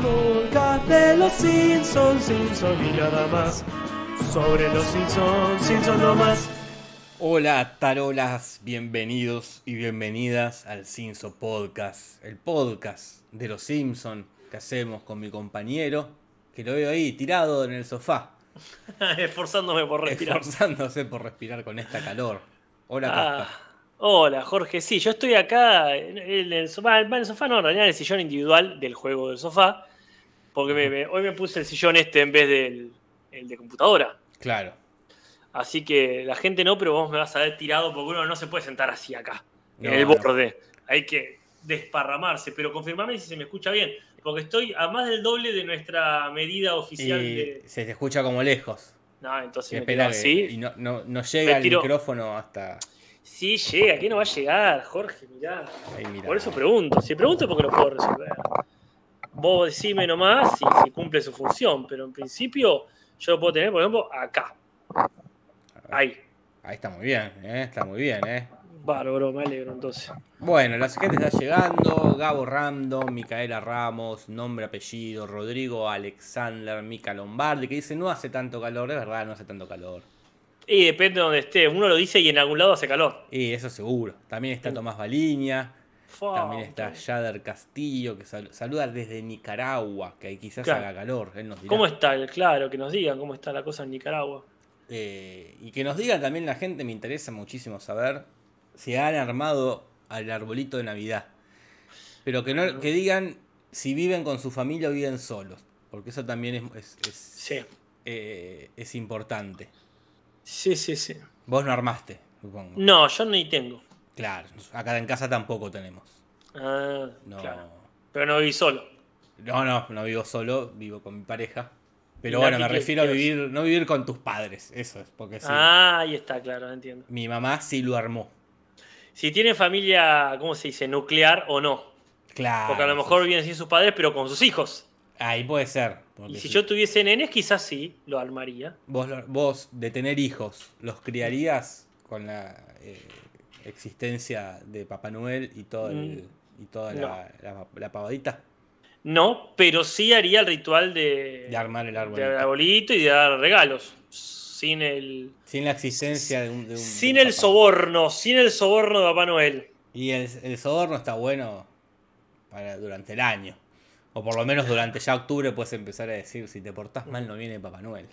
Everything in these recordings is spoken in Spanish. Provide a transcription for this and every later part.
podcast de los Simpsons, Simpsons y nada más. Sobre los Simpsons, Simpsons no más. Hola tarolas, bienvenidos y bienvenidas al Simpson Podcast, el podcast de los Simpson que hacemos con mi compañero, que lo veo ahí tirado en el sofá, Esforzándome por respirar. esforzándose por respirar con esta calor. Hola, Ah, Costa. hola, Jorge. Sí, yo estoy acá en en el sofá. En el sofá no, en realidad en el sillón individual del juego del sofá. Porque me- me- hoy me puse el sillón este en vez del el de computadora. Claro, Así que la gente no, pero vos me vas a ver tirado porque uno no se puede sentar así acá, No, en el no. borde. Hay que desparramarse, pero confirmame si se me escucha bien, porque estoy a más del doble de nuestra medida y oficial de... se te escucha como lejos. No, entonces me Espera quedo que- y así. no, no- no llega Me el tiro- micrófono hasta Sí, llega, ¿qué no va a llegar, Jorge? Mirá. ahí, mira. Por eso pregunto. Si pregunto, porque lo puedo resolver. Vos decime nomás si, si cumple su función, pero en principio yo lo puedo tener, por ejemplo, acá. Ahí. Ahí está muy bien, ¿eh? está muy bien. ¿eh? Bárbaro, me alegro entonces. Bueno, la gente está llegando. Gabo Random, Micaela Ramos, nombre, apellido, Rodrigo Alexander, Mica Lombardi, que dice no hace tanto calor, es verdad, no hace tanto calor. Y depende de donde esté. Uno lo dice y en algún lado hace calor. Y eso seguro. También Uh. está Tomás Baliña, Fua, también está Yader Castillo, que sal- saluda desde Nicaragua, que ahí quizás Claro. haga calor, él nos dirá. ¿Cómo está? el- Claro, que nos digan cómo está la cosa en Nicaragua. Eh, y que nos diga también la gente, me interesa muchísimo saber si han armado al arbolito de Navidad. Pero que, no, que digan si viven con su familia o viven solos. Porque eso también es, es- es, Sí. eh, es importante. Sí, sí, sí. Vos no armaste, supongo. No, yo ni tengo. Claro, acá en casa tampoco tenemos. Ah, No, claro. Pero no viví solo. no, no, no vivo solo, vivo con mi pareja. Pero Y bueno, Nati, me ¿qué- refiero a qué hace? vivir, no vivir con tus padres, eso es, porque sí. Ah, ahí está, claro, entiendo. Mi mamá sí lo armó. Si tiene familia, ¿cómo se dice? Nuclear o no. Claro. Porque a lo sí, mejor vienen sin sus padres, pero con sus hijos. Ahí puede ser. Y porque si sí. yo tuviese nenes, quizás sí, lo armaría. vos, lo- vos, de tener hijos, ¿los criarías con la eh, existencia de Papá Noel y, todo el- Mm. y toda la, la- la pavadita? No, pero sí haría el ritual Eh, de, De armar el árbol. del arbolito y de dar regalos. Sin el, Sin la existencia de un. de un- sin de un el papá. soborno, sin el soborno de Papá Noel. Y el, el soborno está bueno para durante el año. O por lo menos durante ya octubre puedes empezar a decir: si te portás mal, no viene Papá Noel.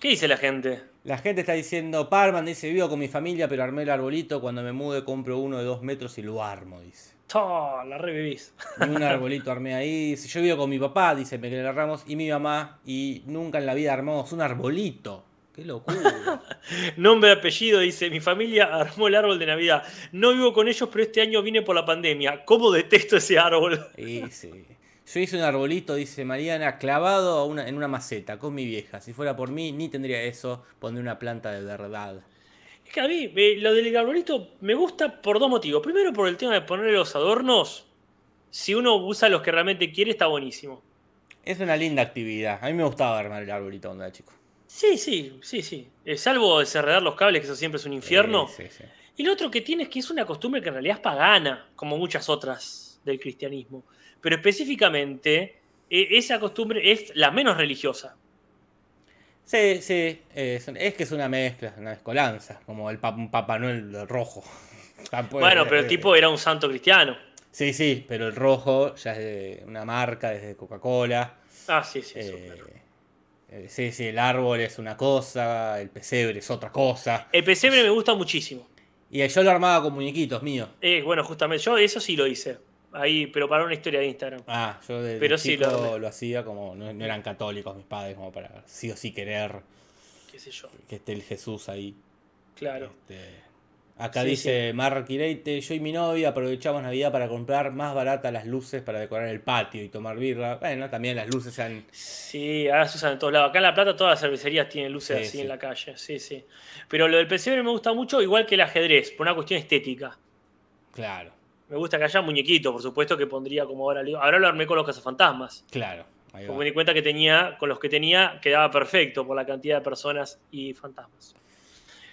¿Qué dice la gente? La gente está diciendo, Parman dice, vivo con mi familia, pero armé el arbolito, cuando me mude compro uno de dos metros y lo armo, dice. ¡Tá! la revivís. Y un arbolito armé ahí. Dice, yo vivo con mi papá, dice Miguel Ramos, y mi mamá, y nunca en la vida armamos un arbolito. Qué locura. Nombre, apellido, dice, mi familia armó el árbol de Navidad. No vivo con ellos, pero este año vine por la pandemia. ¿Cómo detesto ese árbol? Y sí. Yo hice un arbolito, dice Mariana, clavado a una- en una maceta con mi vieja. Si fuera por mí, ni tendría eso, pondría una planta de verdad. Es que a mí eh, lo del arbolito me gusta por dos motivos. Primero, por el tema de ponerle los adornos. Si uno usa los que realmente quiere, está buenísimo. Es una linda actividad. A mí me gustaba armar el arbolito cuando era chico. Sí, sí, sí, sí. Eh, salvo desenredar los cables, que eso siempre es un infierno. Sí, sí, sí. Y lo otro que tiene es que es una costumbre que en realidad es pagana, como muchas otras del cristianismo. Pero específicamente, eh, esa costumbre es la menos religiosa. Sí, sí, es, es que es una mezcla, una mezcolanza, como el pa- un Papá Noel rojo. Tampoco- bueno, pero eh, el tipo era un santo cristiano. Sí, sí, pero el rojo ya es de una marca desde Coca-Cola. Ah, sí, sí, eso, eh, claro. eh, sí, sí, el árbol es una cosa, el pesebre es otra cosa. El pesebre me gusta muchísimo. Y yo lo armaba con muñequitos míos. Eh, bueno, justamente, yo eso sí lo hice. Ahí, pero para una historia de Instagram. Ah, yo de, de Pero sí, chico lo armé. lo, hacía como, no, no eran católicos mis padres, como para sí o sí querer Qué sé yo. que esté el Jesús ahí. Claro. Este, acá Sí, dice Mar Quireite, yo y mi novia aprovechamos Navidad para comprar más barata las luces para decorar el patio y tomar birra. Bueno, también las luces han... Sí, ahora se usan en todos lados. Acá en La Plata todas las cervecerías tienen luces Sí, así sí. en la calle. Sí, sí. Pero lo del pesebre me gusta mucho, igual que el ajedrez, por una cuestión estética. Claro, Me gusta que haya muñequito, por supuesto, que pondría como ahora. le digo. Ahora lo armé con los cazafantasmas. claro. ahí va. Eh, Porque me di cuenta que tenía, con los que tenía, quedaba perfecto por la cantidad de personas y fantasmas.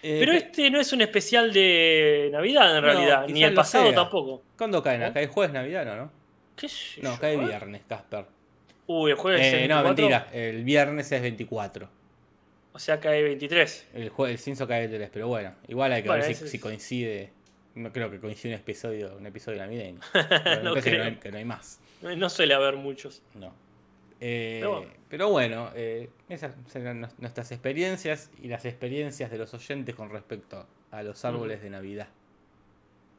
Eh, Pero este no es un especial de Navidad en No, realidad, quizás ni el lo pasado sea. tampoco. ¿Cuándo caen? ¿Eh? ¿Acá hay jueves Navidad no? No, ¿Qué sé no yo, cae eh? viernes, Casper. Uy, el jueves es Eh, no, 24, mentira. El viernes es 24. O sea, cae 23. El, jue- el Simpson cae el 3, pero bueno. Igual hay que Bueno, ver ese si, es- si coincide. No creo que coincida un episodio, un episodio navideño. Pero me No parece que, no creo. hay, que no hay más. No- Eh, No suele haber muchos. No. Eh, Pero bueno. pero bueno, eh, esas serán nos- nuestras experiencias y las experiencias de los oyentes con respecto a los árboles de Navidad.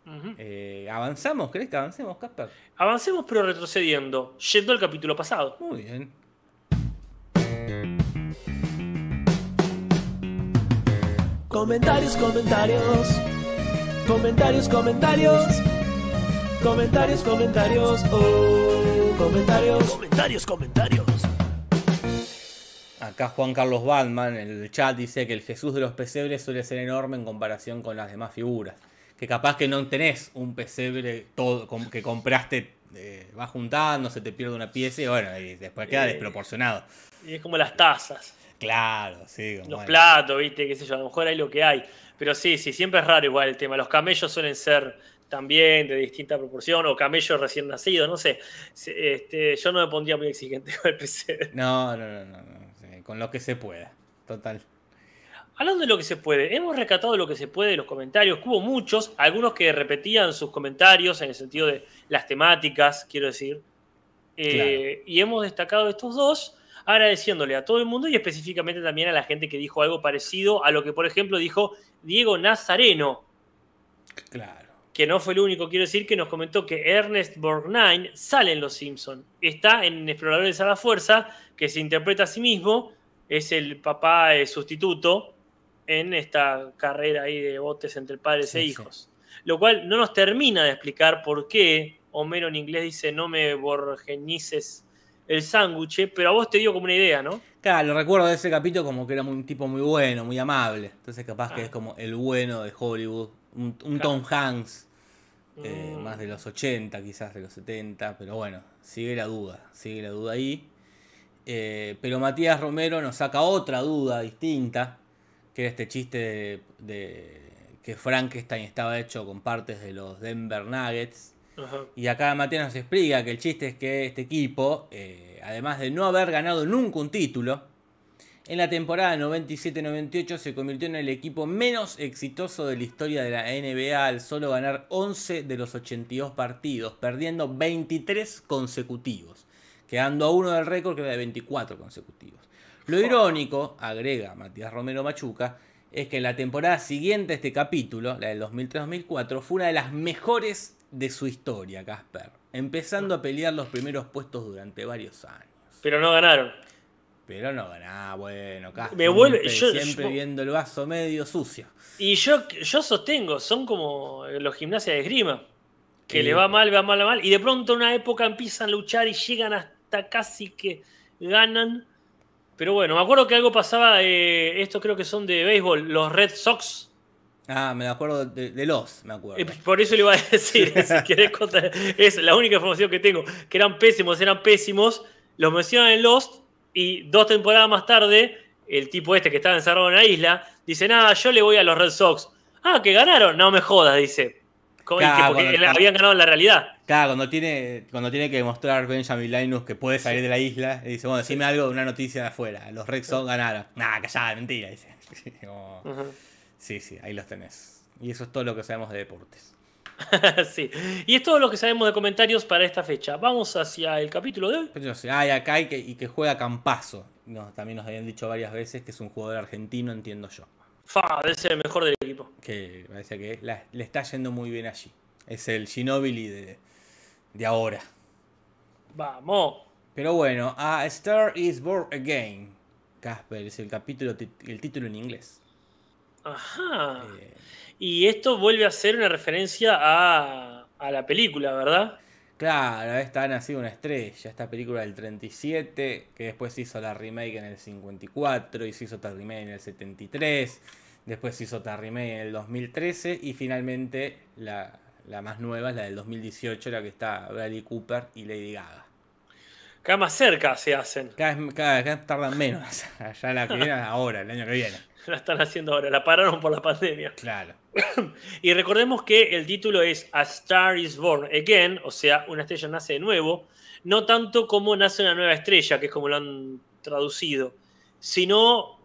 Ujú. Eh, ¿Avanzamos? ¿Crees que avancemos, Casper? Avancemos pero retrocediendo, yendo al capítulo pasado. Muy bien. Comentarios, comentarios. Comentarios, comentarios. Comentarios, comentarios. Oh, comentarios. Comentarios, comentarios. Acá Juan Carlos Batman en el chat dice que el Jesús de los pesebres suele ser enorme en comparación con las demás figuras. Que capaz que no tenés un pesebre todo com- que compraste, eh, vas juntando, se te pierde una pieza y bueno, y después queda Eh. desproporcionado. Y es como las tazas, Claro, sí. como, los bueno. platos, viste, qué sé yo, a lo mejor hay lo que hay. Pero sí, sí, siempre es raro igual el tema. Los camellos suelen ser también de distinta proporción, o camellos recién nacidos, no sé. Se- Este, yo no me pondría muy exigente con el PC. No, no, no, no, no, sí, con lo que se pueda. Total. Hablando de lo que se puede, hemos rescatado lo que se puede de los comentarios. que Hubo muchos, algunos que repetían sus comentarios en el sentido de las temáticas, quiero decir. Eh, Y hemos destacado estos dos, agradeciéndole a todo el mundo y específicamente también a la gente que dijo algo parecido a lo que, por ejemplo, dijo Diego Nazareno, Claro. que no fue el único, quiero decir, que nos comentó que Ernest Borgnine sale en Los Simpson. Está en Exploradores a la Fuerza, que se interpreta a sí mismo, es el papá eh, sustituto en esta carrera ahí de botes entre padres Sí, e sí. hijos. Lo cual no nos termina de explicar por qué Homero en inglés dice no me borgenices el sándwich, pero a vos te dio como una idea, ¿no? Claro, lo recuerdo de ese capítulo como que era muy- un tipo muy bueno, muy amable. Entonces capaz que Ah. es como el bueno de Hollywood. Un, un Claro. Tom Hanks. eh, Mm. más de los 80, quizás de los 70, pero bueno, sigue la duda, sigue la duda ahí. Eh, pero Matías Romero nos saca otra duda distinta, que era este chiste de, de que Frankenstein estaba hecho con partes de los Denver Nuggets. Ajá. Y acá Matías nos explica que el chiste es que este equipo, eh, además de no haber ganado nunca un título, en la temporada 97-98 se convirtió en el equipo menos exitoso de la historia de la NBA al solo ganar 11 de los 82 partidos, perdiendo 23 consecutivos, quedando a uno del récord que era de 24 consecutivos. Lo irónico, agrega Matías Romero Machuca, es que la temporada siguiente a este capítulo, la del 2003-2004, fue una de las mejores de su historia, Casper, empezando a pelear los primeros puestos durante varios años. Pero no ganaron. Pero no ganaba, bueno, Casper. Me vuelve- siempre, yo- siempre yo- viendo el vaso medio sucio. Y yo, yo sostengo, son como los gimnasias de esgrima, que Sí. le va mal, va mal, va mal, y de pronto en una época empiezan a luchar y llegan hasta casi que ganan. Pero bueno, me acuerdo que algo pasaba, eh, estos creo que son de béisbol, los Red Sox. Ah, me acuerdo de, de los, me acuerdo. Eh, por eso le iba a decir, si querés contar, es la única información que tengo, que eran pésimos, eran pésimos, los mencionan en Lost y dos temporadas más tarde, el tipo este que estaba encerrado en la isla, dice, nada, yo le voy a los Red Sox. Ah, que ganaron, no me jodas, dice. Como- y que Claro, porque cuando- habían ganado en la realidad. Claro, cuando tiene, cuando tiene que demostrar Benjamin Linus que puede salir de la isla, y dice, bueno, decime algo de una noticia de afuera. Los Red Sox ganaron. Nah, callada, mentira, dice. Como, Ujú. sí, sí, ahí los tenés. Y eso es todo lo que sabemos de deportes. sí. Y es todo lo que sabemos de comentarios para esta fecha. Vamos hacia el capítulo de hoy. Pero yo sé, ah, y acá hay que, y que juega Campazo. también nos habían dicho varias veces que es un jugador argentino, entiendo yo. Fa, debe ser el mejor del equipo. Que parece que la- le está yendo muy bien allí. Es el Ginobili de, de ahora. Vamos. Pero bueno, a Star is Born Again. Casper es el capítulo, ti- el título en inglés. Ajá. Eh, Y esto vuelve a ser una referencia a, a la película, ¿verdad? claro, esta ha nacido una estrella. Esta película del 37, que después se hizo la remake en el 54, y se hizo otra remake en el 73, después se hizo otra remake en el 2013, y finalmente la, la más nueva es la del 2018, la que está Bradley Cooper y Lady Gaga. Cada más cerca se hacen. Cada vez, cada vez tardan menos. Allá la que viene, ahora, el año que viene. La están haciendo ahora. La pararon por la pandemia. Claro. Y recordemos que el título es A Star is Born Again, o sea, una estrella nace de nuevo. no tanto como nace una nueva estrella, que es como lo han traducido, sino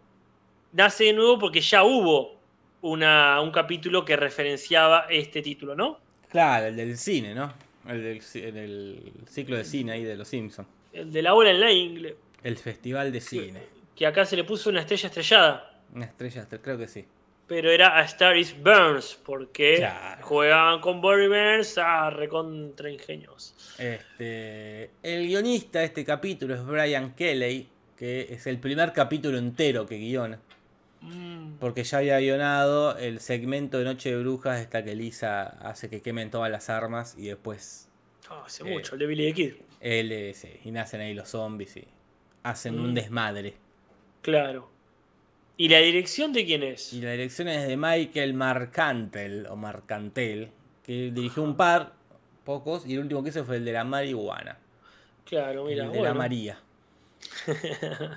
nace de nuevo porque ya hubo una, un capítulo que referenciaba este título, ¿no? Claro, el del cine, ¿no? El del, el, el ciclo de cine ahí de los Simpsons. El de la ola en la ingle. El festival de cine. Que acá se le puso una estrella estrellada. Una estrella, estre- creo que sí. Pero era A Star is Burns, porque Claro. jugaban con Barry Burns a recontra ingeniosos. Este, el guionista de este capítulo es Brian Kelly, que es el primer capítulo entero que guiona. Mm, Porque ya había guionado el segmento de Noche de Brujas, esta que Lisa hace que quemen todas las armas y después ah, hace Eh. mucho, el de Billy the Kid. él eh, se- y nacen ahí los zombies y hacen Mm. un desmadre. Claro. ¿Y la dirección de quién es? Y la dirección es de Michael Marcantel, o Marcantel, que dirigió un par, pocos, y el último que hizo fue el de la marihuana. Claro, mira. el de la bueno. María.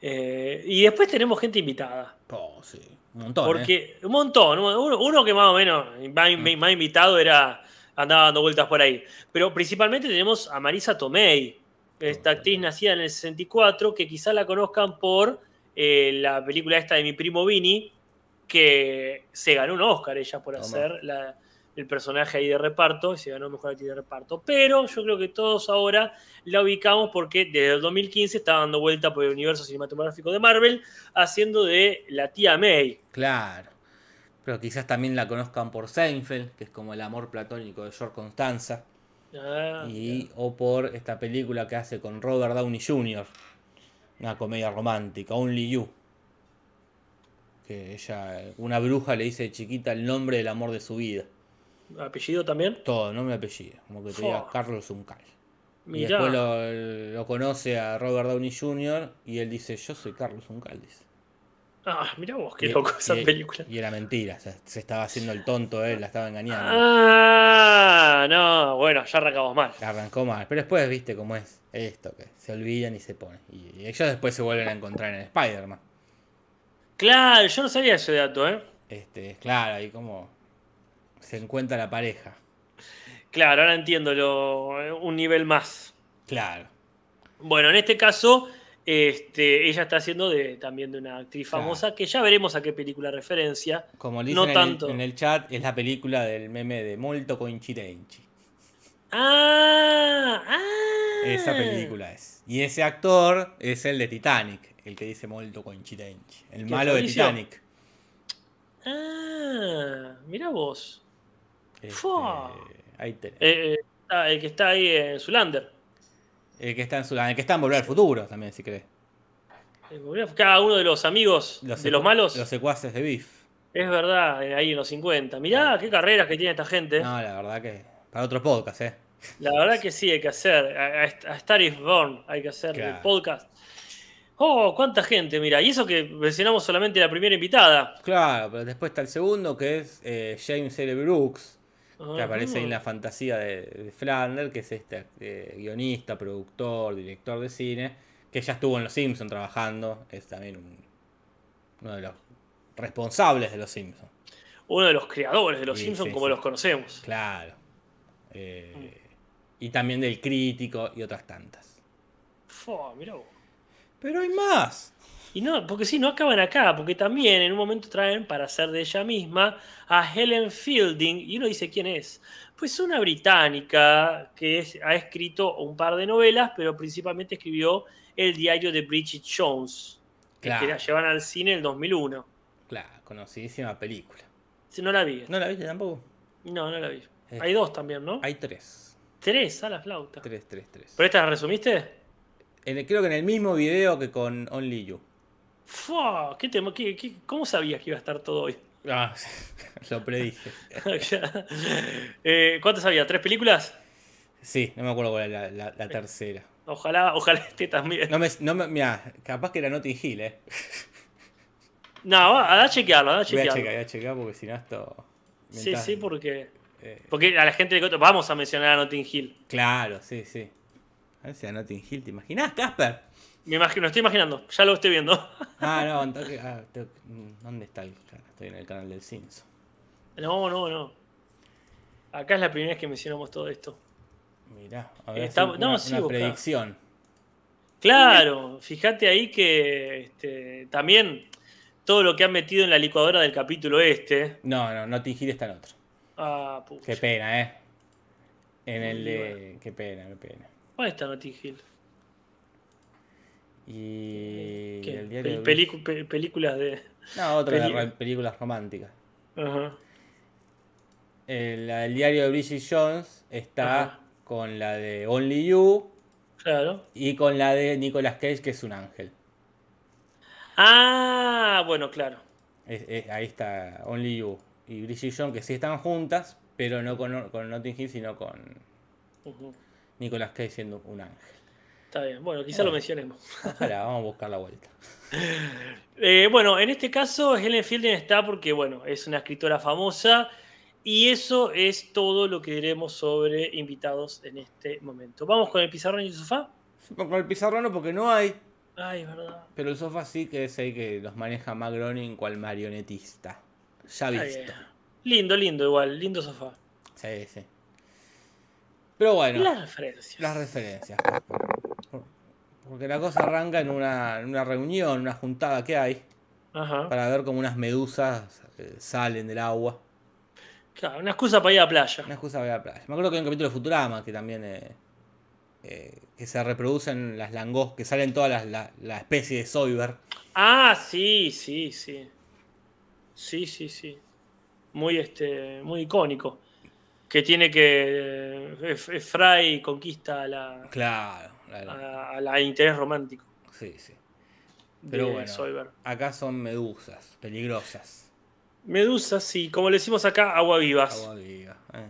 Eh, y después tenemos gente invitada. Oh, sí, un montón. ¿eh? Mm. porque un montón, uno, uno que más o menos más, in- más invitado era andaba dando vueltas por ahí. Pero principalmente tenemos a Marisa Tomei, esta actriz nacida en el 64, que quizá la conozcan por eh, la película esta de mi primo Vini, que se ganó un Oscar ella por Toma. hacer la- el personaje ahí de reparto, y se ganó mejor actriz de reparto. Pero yo creo que todos ahora la ubicamos porque desde el 2015 está dando vuelta por el universo cinematográfico de Marvel, haciendo de la tía May. Claro. Pero quizás también la conozcan por Seinfeld, que es como el amor platónico de George Constanza. Ah, y, o por esta película que hace con Robert Downey Jr., una comedia romántica, Only You. Que ella, eh, una bruja le dice de chiquita el nombre del amor de su vida. apellido también. Todo, nombre y apellido. Como que te Fua. diga Carlos Uncal. Y Mirá, después lo, lo conoce a Robert Downey Jr. y él dice, yo soy Carlos Uncal. dice. ah, mirá vos, qué Y- loco esa y- película. Y era mentira, se, se estaba haciendo el tonto él, la estaba engañando. Ah, no, bueno, ya arrancamos mal. Arrancó mal, pero después viste cómo es esto, que se olvidan y se ponen. Y, y ellos después se vuelven a encontrar en Spider-Man. Claro, yo no sabía ese dato, ¿eh? Este, claro, ahí como se encuentra la pareja. Claro, ahora entiendo lo- eh, un nivel más. Claro. Bueno, en este caso, este, ella está haciendo de, también de una actriz Claro. famosa que ya veremos a qué película referencia. Como le dicen No en, el- tanto. en El, chat, es la película del meme de Molto Coincidenci. Ah, ah. Esa película es. Y ese actor es el de Titanic, el que dice Molto Coincidenci. El ¿Qué malo de actor hizo? Titanic. Ah, mirá vos. Este, Fua. ahí tenés. Eh, eh, ah, el que está ahí en Zulander. El que está en su, el que está en Volver al Futuro también, si querés. Cada uno de los amigos de los secu- malos. Los secuaces de Biff. Es verdad, eh, ahí en los 50. Mirá qué carreras que tiene esta gente. No, la verdad que. Para otro podcast, ¿eh? La verdad que sí, hay que hacer. A, a- a Star is Born hay que hacer Claro. el podcast. Oh, cuánta gente, mira. Y eso que mencionamos solamente la primera invitada. Claro, pero después está el segundo, que es eh, James L. Brooks, que aparece ahí en la Ajá. fantasía de, de Flanders, que es este eh, guionista, productor, director de cine, que ya estuvo en Los Simpsons trabajando, es también un- uno de los responsables de Los Simpsons. Ah, Uno de los creadores de los Sí, Simpsons, sí, como sí. los conocemos. Claro. Eh, y también del crítico y otras tantas. Fua, mirá vos. Pero hay más. Y no, porque sí, no acaban acá, porque también en un momento traen para hacer de ella misma a Helen Fielding, y uno dice quién es. Pues una británica que es- ha escrito un par de novelas, pero principalmente escribió el diario de Bridget Jones, que- que Claro. la llevan al cine en el 2001. Claro, conocidísima película. Si No la vi. ¿No la viste tampoco? No, no la vi. Eh. Hay dos también, ¿no? Hay tres. Tres a la flauta. Tres, tres, tres. ¿Pero esta la resumiste? En el- creo que en el mismo video que con Only You. Fua, ¿qué tema? qué- qué- ¿Cómo sabías que iba a estar todo hoy? Ah, lo predije. Eh, ¿Cuántas había? ¿Tres películas? Sí, no me acuerdo cuál era la, la- la tercera. Ojalá, ojalá esté también. No No, me, no me, mirá, capaz que era Notting Hill, eh. va, a dar chequearlo, a dar Voy a chequearlo. checar, voy a checar porque si no esto. sí, mientras- sí, porque, eh, porque a la gente le cuento, vamos a mencionar a Notting Hill. claro, sí, sí. A ver si era Notting Hill, ¿te imaginás, Casper? Me imagino, lo estoy imaginando, ya lo estoy viendo. Ah, no, entonces. ah, tengo- mm, ¿Dónde está el canal? Estoy en el canal del Simpson. No, no, no. Acá es la primera vez que mencionamos todo esto. Mirá, a ver, Está- una, no, una sí, buscá. predicción. Claro, fíjate ahí que este, también todo lo que han metido en la licuadora del capítulo este. No, no, no te gires está en otro. Ah, pucha. Qué pena, ¿eh? En el Y de... Qué pena, qué pena. ¿Dónde está Notting Hill? Y ¿Qué? el diario Pel- de Bruce- pelicu- pe- películas de. No, otra de peli- ra- películas románticas. Ajá. El, Eh, la del diario de Bridget Jones está Ajá. con la de Only You Claro. y con la de Nicolas Cage, que es un ángel. Ah, bueno, claro. Es- es- ahí está Only You y Bridget Jones, que sí están juntas, pero no con, con Notting Hill, sino con Ujú. Nicolas Cage siendo un ángel. Está bien. Bueno, quizá lo mencionemos. Ahora vamos a buscar la vuelta. Eh, bueno, en este caso Helen Fielding está porque, bueno, es una escritora famosa y eso es todo lo que diremos sobre invitados en este momento. Vamos con el pizarrón y el sofá. Con el pizarrón porque no hay, Ay, es verdad. pero el sofá sí que es el que los maneja Matt Groening cual marionetista. Ya Está visto. bien. Lindo, lindo, igual, lindo sofá. Sí, sí. Pero bueno. Las referencias. Las referencias. por favor. Por- Porque la cosa arranca en una, en una reunión, una juntada que hay, Ajá. para ver cómo unas medusas eh, salen del agua. Claro, una excusa para ir a la playa. Una excusa para ir a la playa. Me acuerdo que hay un capítulo de Futurama que también. eh, eh, que se reproducen las langostas, que salen todas las la, la especie de Soyber. Ah, sí, sí, sí. Sí, sí, sí. Muy, este, muy icónico. Que tiene que. eh, F- Fry conquista a la, Claro. la- la- a- a la- al interés romántico sí, sí. de Ah. Pero bueno. Zoidberg. Acá son medusas, peligrosas. Medusas, sí, como le decimos acá, agua vivas. Agua viva, eh.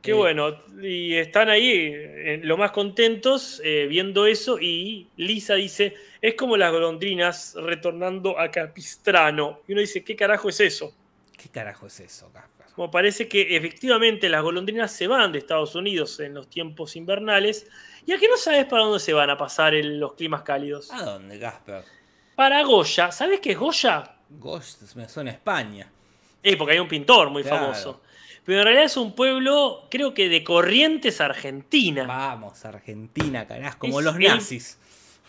Qué Eh, bueno. Y están ahí, eh, lo más contentos, eh, viendo eso. Y Lisa dice: Es como las golondrinas retornando a Capistrano. Y uno dice: ¿Qué carajo es eso? ¿Qué carajo es eso, Casper? Como parece que efectivamente las golondrinas se van de Estados Unidos en los tiempos invernales. Y aquí no sabes para dónde se van a pasar en los climas cálidos. ¿A dónde, Casper? Para Goya, ¿sabes qué es Goya? Ghost me suena a España. Eh, porque hay un pintor muy Claro. famoso. Pero en realidad es un pueblo, creo que de Corrientes, Argentina. Vamos, Argentina, carajo, como Es los el- nazis.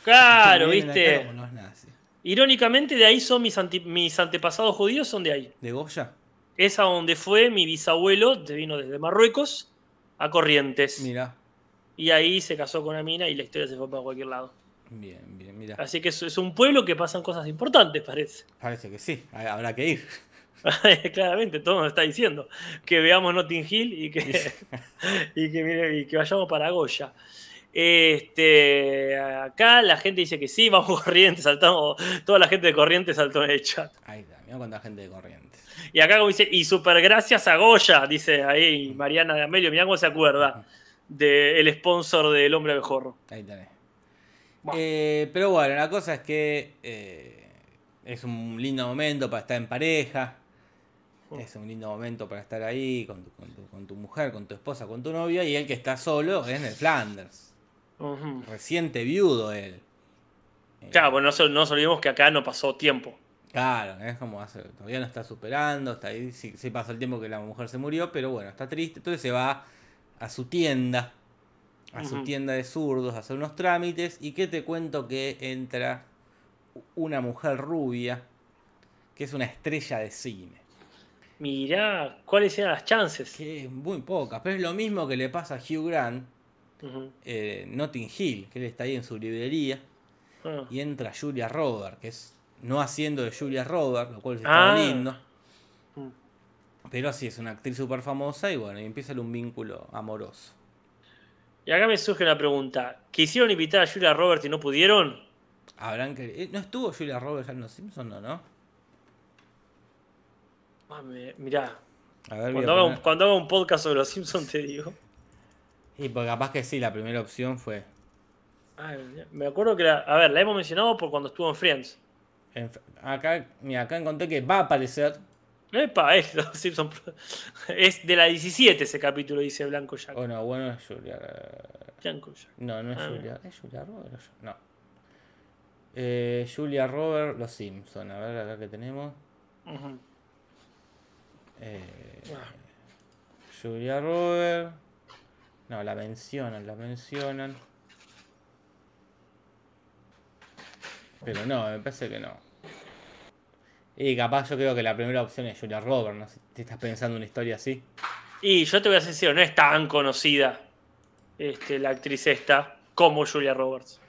Claro, Vienen acá ¿viste? Como los nazis. Irónicamente, de ahí son mis, anti- mis antepasados judíos, son de ahí. ¿De Goya? Es a donde fue mi bisabuelo, que vino desde Marruecos a Corrientes. Mira, Y ahí se casó con una mina y la historia se fue para cualquier lado. bien, bien, mira. Así que es, es un pueblo que pasan cosas importantes, parece. Parece que sí, ha- habrá que ir. Claramente, todo nos está diciendo. Que veamos Notting Hill y que, y que, mire, y que vayamos para Goya. Este, acá la gente dice que sí, vamos a Corrientes, saltamos. Toda la gente de Corrientes saltó en el chat. Ahí está, mira cuánta gente de corriente. Y acá como dice, y super gracias a Goya, dice ahí Mariana de Amelio, mirá cómo se acuerda del sponsor del hombre abejorro. Ahí tenés. Bueno. Eh, pero bueno, la cosa es que eh, es un lindo momento para estar en pareja. Mm. Es un lindo momento para estar ahí con tu, con tu- con tu mujer, con tu esposa, con tu novia. Y él que está solo es en el Flanders. Ujú. Reciente viudo él. Eh, Claro, bueno, no, se- no nos olvidemos que acá no pasó tiempo. Claro, es como hace, todavía no está superando, está ahí, sí, sí pasó el tiempo que la mujer se murió, pero bueno, está triste, entonces se va a su tienda, a su Ujú. tienda de zurdos, a hacer unos trámites, y que te cuento que entra una mujer rubia, que es una estrella de cine, Mirá, ¿cuáles eran las chances? que es muy poca, pero es lo mismo que le pasa a Hugh Grant, Ujú. eh, Notting Hill, que él está ahí en su librería, Ah. y entra Julia Roberts, que es no haciendo de Julia Roberts, lo cual está Ah. lindo. Mm. Pero sí, es una actriz súper famosa y bueno, y empieza un vínculo amoroso. Y acá me surge una pregunta. ¿Quisieron invitar a Julia Roberts y no pudieron? Habrán que... eh, ¿No estuvo Julia Roberts ya en Los Simpsons no, no? Mame, Ah, mirá, A ver, voy a cuando haga, un, poner- cuando haga un podcast sobre los Simpsons te digo. Y pues capaz que sí, la primera opción fue... Ay, me acuerdo que la, a ver, la hemos mencionado por cuando estuvo en Friends. en- Acá, mira, acá encontré que va a aparecer... Epa, es, los Simpson Pro- es de la 17 ese capítulo, dice Blanco Jack. Oh, no, bueno, es Julia... eh, Blanco Jack. No, no es Ah, Julia... ¿Es Julia Roberts? No. Eh, Julia Roberts, Los Simpsons. A ver, acá que tenemos. Ujú. Eh, Ah. Julia Eh, Roberts. No, la mencionan, la mencionan. Pero no, me parece que no. Y capaz yo creo que la primera opción es Julia Roberts, no sé si te estás pensando una historia así. Y yo te voy a ser sincero, no es tan conocida este, la actriz esta como Julia Roberts.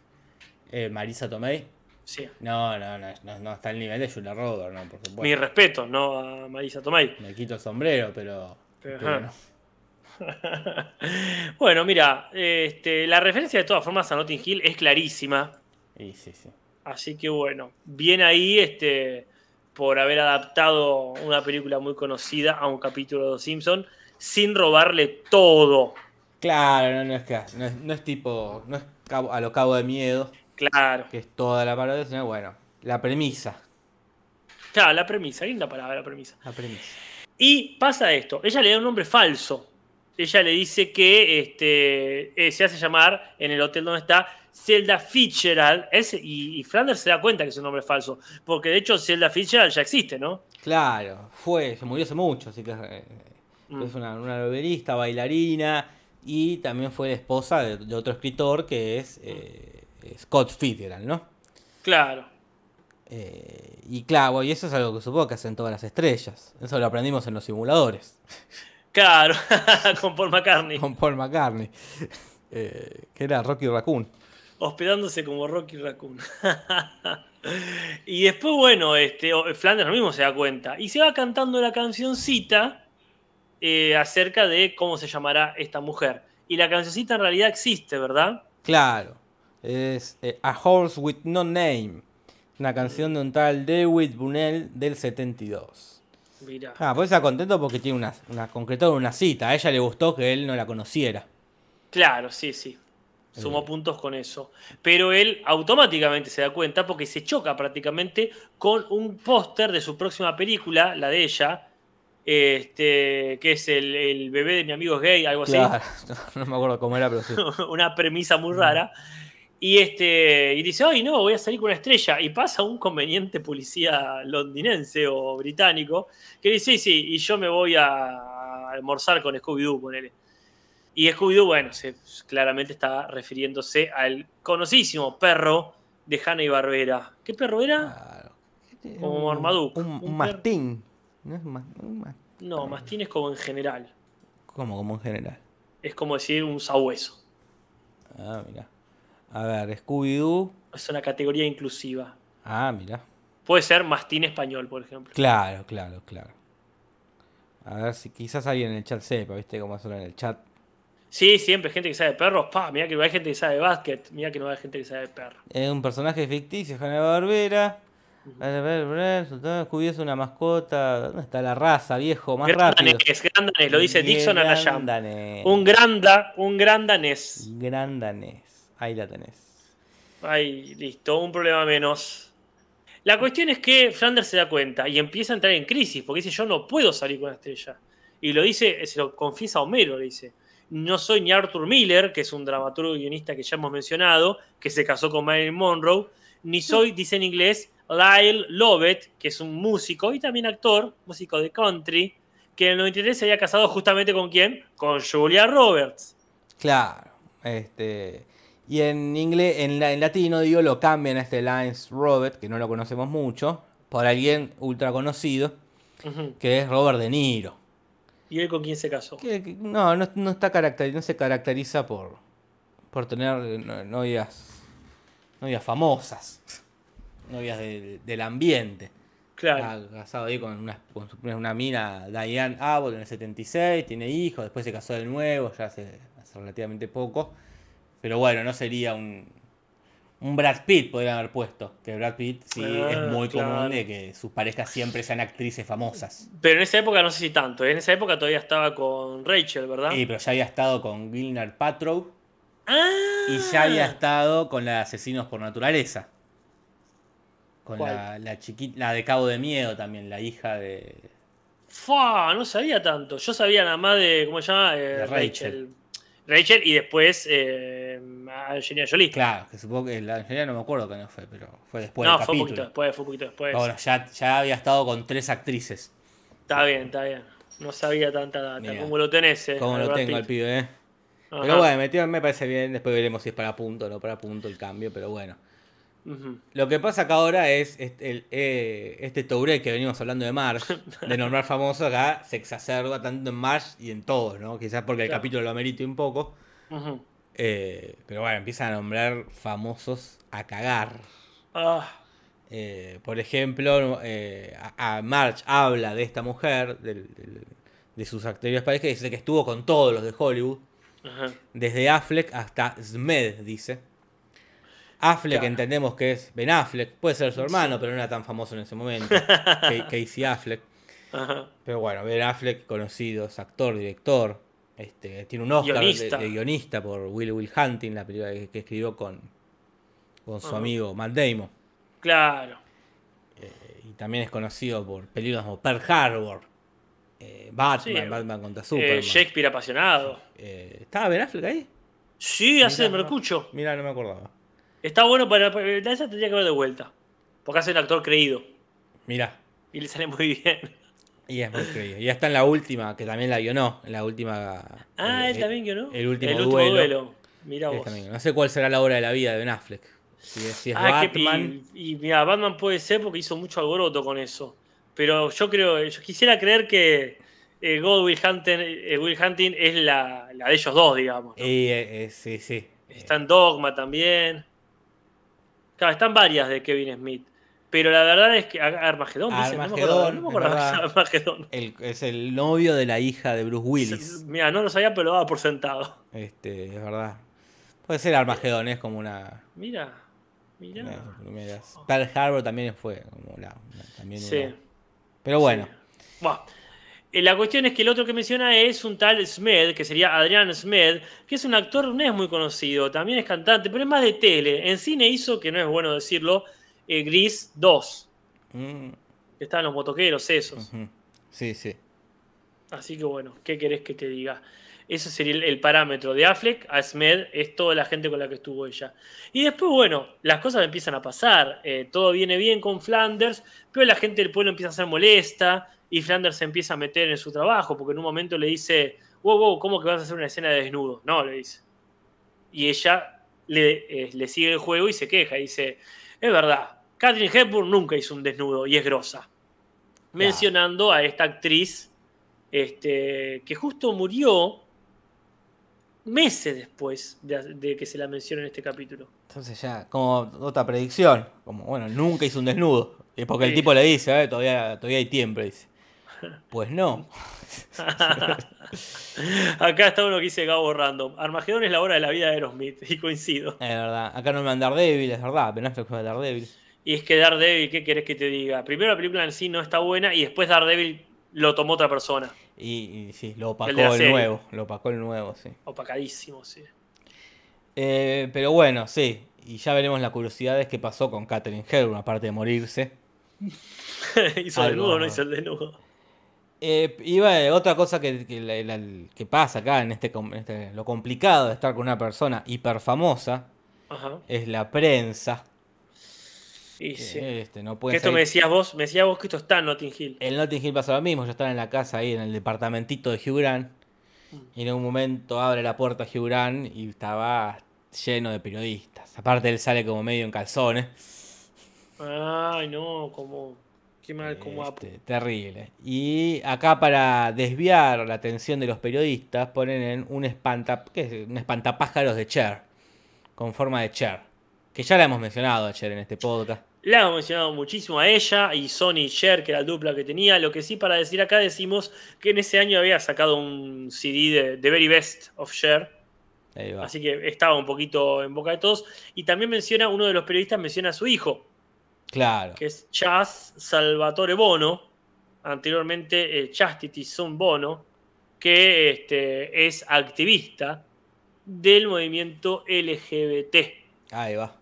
Eh, Marisa Tomei. Sí. No, no, no, no, no está al nivel de Julia Roberts, no, por Mi supuesto. respeto, no a Marisa Tomei. Me quito el sombrero, pero. pero Ajá. no. bueno, mira, este, la referencia de todas formas a Notting Hill es clarísima. Y sí, sí. Así que bueno, bien ahí este, por haber adaptado una película muy conocida a un capítulo de Los Simpson sin robarle todo. Claro, no, no es que. No es, no es tipo. No es cabo- a lo cabo de miedo, Claro. que es toda la parodia, sino bueno. La premisa. Claro, la premisa, linda palabra, la premisa. La premisa. Y pasa esto, ella le da un nombre falso. Ella le dice que este, eh, se hace llamar en el hotel donde está Zelda Fitzgerald. Es- y, y Flanders se da cuenta que es un nombre falso. Porque de hecho Zelda Fitzgerald ya existe, ¿no? Claro, fue, se murió hace mucho, así que eh, Mm. es una, una novelista, bailarina y también fue la esposa de, de otro escritor que es eh, Scott Fitzgerald, ¿no? Claro. Eh, y claro, bueno, y eso es algo que supongo que hacen todas las estrellas. Eso lo aprendimos en los simuladores Claro, con Paul McCartney. con Paul McCartney, eh, que era Rocky Raccoon. Hospedándose como Rocky Raccoon. y después, bueno, este, o- Flanders mismo se da cuenta. Y se va cantando la cancioncita eh, acerca de cómo se llamará esta mujer. Y la cancioncita en realidad existe, ¿verdad? Claro, es eh, A Horse with No Name, una canción de un tal David Bunnell del 72. Mira. Ah, pues está contento porque tiene una, una concretó una cita. A ella le gustó que él no la conociera. Claro, sí, sí. Sumó Eh. puntos con eso. Pero él automáticamente se da cuenta porque se choca prácticamente con un póster de su próxima película, la de ella, este, que es el, el bebé de mi amigo es gay, algo así. Claro, no me acuerdo cómo era, pero sí. una premisa muy rara. Y, este, y dice, ay, no, voy a salir con una estrella. Y pasa un conveniente policía londinense o británico que dice, sí, sí, y yo me voy a almorzar con Scooby-Doo, ponele. Y Scooby-Doo, bueno, se- claramente está refiriéndose al conocidísimo perro de Hanna y Barbera. ¿Qué perro era? Claro. Como Un- Marmaduke, Un, un un per- mastín. ¿No es ma- un ma- No, Mastín es como en general. ¿Cómo? Como en general. Es como decir un sabueso. Ah, mira. A ver, Scooby-Doo. Es una categoría inclusiva. Ah, mira. Puede ser Mastín español, por ejemplo. Claro, claro, claro. A ver si quizás alguien en el chat sepa, ¿viste cómo suena en el chat? Sí, siempre hay gente que sabe de perros. Pa, mira que no hay gente que sabe de básquet. Mira que no hay gente que sabe de perros. Es un personaje ficticio, Hanna Barbera. A ver, a ver, a ver, Sultana Scooby es una mascota. ¿Dónde está la raza, viejo? Más Gran rápido. danés, gran danés, lo dice Dixon Anayam. Grandanés. Un gran, da- un gran danés. Gran danés. Ahí la tenés. Ay, listo, un problema menos. La cuestión es que Flanders se da cuenta y empieza a entrar en crisis porque dice: Yo no puedo salir con la estrella. Y lo dice, se lo confiesa a Homero, le dice. No soy ni Arthur Miller, que es un dramaturgo y guionista que ya hemos mencionado, que se casó con Marilyn Monroe, ni soy, dice en inglés, Lyle Lovett, que es un músico y también actor, músico de country, que en el 93 se había casado justamente con quién? Con Julia Roberts. Claro. Este. Y en inglés, en, la- en latino, digo, lo cambian a este Lance Robert, que no lo conocemos mucho, por alguien ultra conocido, Ujú. que es Robert De Niro. ¿Y él con quién se casó? Que- que no, no, no está caracteri- no se caracteriza por, por tener eh, no- novias, novias famosas, novias de- del ambiente. Claro. Está casado ahí con una, con su- una mina, Diane Abbott, en el 76, tiene hijos, después se casó de nuevo, ya hace, hace relativamente poco. Pero bueno, no sería un, un Brad Pitt, podrían haber puesto. Que Brad Pitt sí Ah, es muy claro. común de que sus parejas siempre sean actrices famosas. Pero en esa época no sé si tanto. ¿eh? En esa época todavía estaba con Rachel, ¿verdad? Y, pero ya había estado con Gilner Patrow ah, y ya había estado con la de Asesinos por Naturaleza. Con ¿Cuál? la, la chiquita, la de Cabo de Miedo también, la hija de, Fua, no sabía tanto. Yo sabía nada más de. ¿Cómo se llama? Eh, De Rachel. Rachel. Rachel y después eh, Angelina Jolie. Claro, que supongo que la Angelina no me acuerdo que no fue, pero fue después no, del fue un capítulo. poquito después, fue un poquito después. Ahora, ya, ya había estado con tres actrices. Está bien, está bien. No sabía tanta data. Mirá. ¿Cómo lo tenés? eh, Como a lo Brad tengo al Pitt? pibe, eh? Ajá. Pero bueno, metió- me parece bien. Después veremos si es para punto o no para punto el cambio, pero bueno. Ujú. Lo que pasa acá ahora es este, el, eh, este Tourette que venimos hablando de Marsh, de normal famoso, acá se exacerba tanto en Marsh y en todos, ¿no? Quizás porque el Claro. capítulo lo amerite un poco. Ujú. eh, pero bueno, empiezan a nombrar famosos a cagar. Ah, Eh, por ejemplo, eh, a, a March habla de esta mujer, del- del- de sus anteriores parejas, y dice que estuvo con todos los de Hollywood, ajá. desde Affleck hasta Smed, dice. Affleck Claro. entendemos que es Ben Affleck, puede ser su hermano, pero no era tan famoso en ese momento, Ca- Casey Affleck. Ajá. Pero bueno, Ben Affleck, conocido, es actor, director, este, tiene un Oscar de- Guionista. De, guionista por Will Will Hunting, la película que, que escribió con, con su Ajá. amigo Matt Damon. Claro. Eh, y también es conocido por películas como Pearl Harbor, eh, Batman, Sí, Batman contra Eh, Superman. Shakespeare apasionado. Eh, ¿Estaba Ben Affleck ahí? Sí, hace de Mirá, no. Mercucho. Mira, no me acordaba. Está bueno para. para- Esa tendría que ver de vuelta. Porque hace un actor creído. Mira, Y le sale muy bien. y es muy creíble. Y ya está en la última, que también la guionó, en la última... Ah, eh, él también que no. el último duelo. duelo. Mira él vos. también. No sé cuál será la obra de la vida de Ben Affleck. Si es, si es Ah, que- Batman... y, mira, Batman puede ser porque hizo mucho alboroto con eso. Pero yo creo, yo quisiera creer que eh, God Will Hunting, eh, Will Hunting es la, la de ellos dos, digamos. ¿no? Y, eh, eh, sí, sí. Está en Dogma también. Claro, están varias de Kevin Smith. Pero la verdad es que Ar- Armagedón, dicen, Armagedón, no me acuerdo. No me es acordaba verdad. de Armagedón. El- es el novio de la hija de Bruce Willis. Mira, no lo sabía, pero lo daba por sentado. Este, es verdad. Puede ser Armagedón, es como una... Mira, Una de mira. sus primeras. Pearl Harbor también fue como la- una- también Sí. una- Pero bueno, Buah. Eh, La cuestión es que el otro que menciona es un tal Smed, que sería Adrián Smed, que es un actor, no es muy conocido, también es cantante, pero es más de tele. En cine hizo, que no es bueno decirlo, eh, Gris 2, Mm, que estaban los motoqueros esos. ujú. sí, sí. Así que bueno, ¿qué querés que te diga? Ese sería el, el parámetro de Affleck a Smed, es toda la gente con la que estuvo ella. Y después, bueno, las cosas empiezan a pasar. eh, todo viene bien con Flanders, pero la gente del pueblo empieza a ser molesta y Flanders se empieza a meter en su trabajo porque en un momento le dice, wow, wow, ¿cómo que vas a hacer una escena de desnudo? No, le dice. Y ella le, eh, le sigue el juego y se queja y dice, es verdad, Catherine Hepburn nunca hizo un desnudo y es grosa. Mencionando a esta actriz este, que justo murió meses después de, de que se la mencione en este capítulo. Entonces ya, como otra predicción, como bueno, nunca hizo un desnudo. Y porque el Sí. tipo le dice, "Eh, todavía, todavía hay tiempo, dice. Pues no. Acá está uno que dice Gabo Random. Armagedón es la hora de la vida de Aerosmith, y coincido. Es verdad, acá no me andar débil, es verdad, Ben Affleck fue Daredevil. Y es que Daredevil, ¿qué querés que te diga? Primero la película en sí no está buena y después Daredevil lo tomó otra persona. Y, y sí, lo opacó El el, de la serie. nuevo, lo opacó el nuevo, sí. Opacadísimo, sí. Eh, pero bueno, sí, y ya veremos las curiosidades que pasó con Catherine Hepburn, aparte de morirse. hizo Algo. el nudo, no hizo el desnudo. Eh, iba, eh, otra cosa que, que la- la- que pasa acá en este, com- en este- lo complicado de estar con una persona hiperfamosa Ajá. es la prensa. Y sí. Eh, este, no Que pueden esto me salir- decías vos, me decías vos que esto está en Notting Hill. El Notting Hill pasa lo mismo, yo estaba en la casa ahí en el departamentito de Hugh Grant y en un momento abre la puerta Hugh Grant y estaba lleno de periodistas. Aparte él sale como medio en calzones. Ay, no, como. Qué mal, como. ap- Este, terrible. Y acá para desviar la atención de los periodistas ponen en un, espanta, ¿qué es? un espantapájaros de Cher, con forma de Cher, que ya la hemos mencionado a Cher en este podcast. La hemos mencionado muchísimo a ella y Sony Cher, que era la dupla que tenía. Lo que sí, para decir acá, decimos que en ese año había sacado un CD de The Very Best of Cher. Ahí va. Así que estaba un poquito en boca de todos. Y también menciona, uno de los periodistas menciona a su hijo, Claro. que es Chas Salvatore Bono, anteriormente eh, Chastity Son Bono, que este, es activista del movimiento LGBT. Ahí va.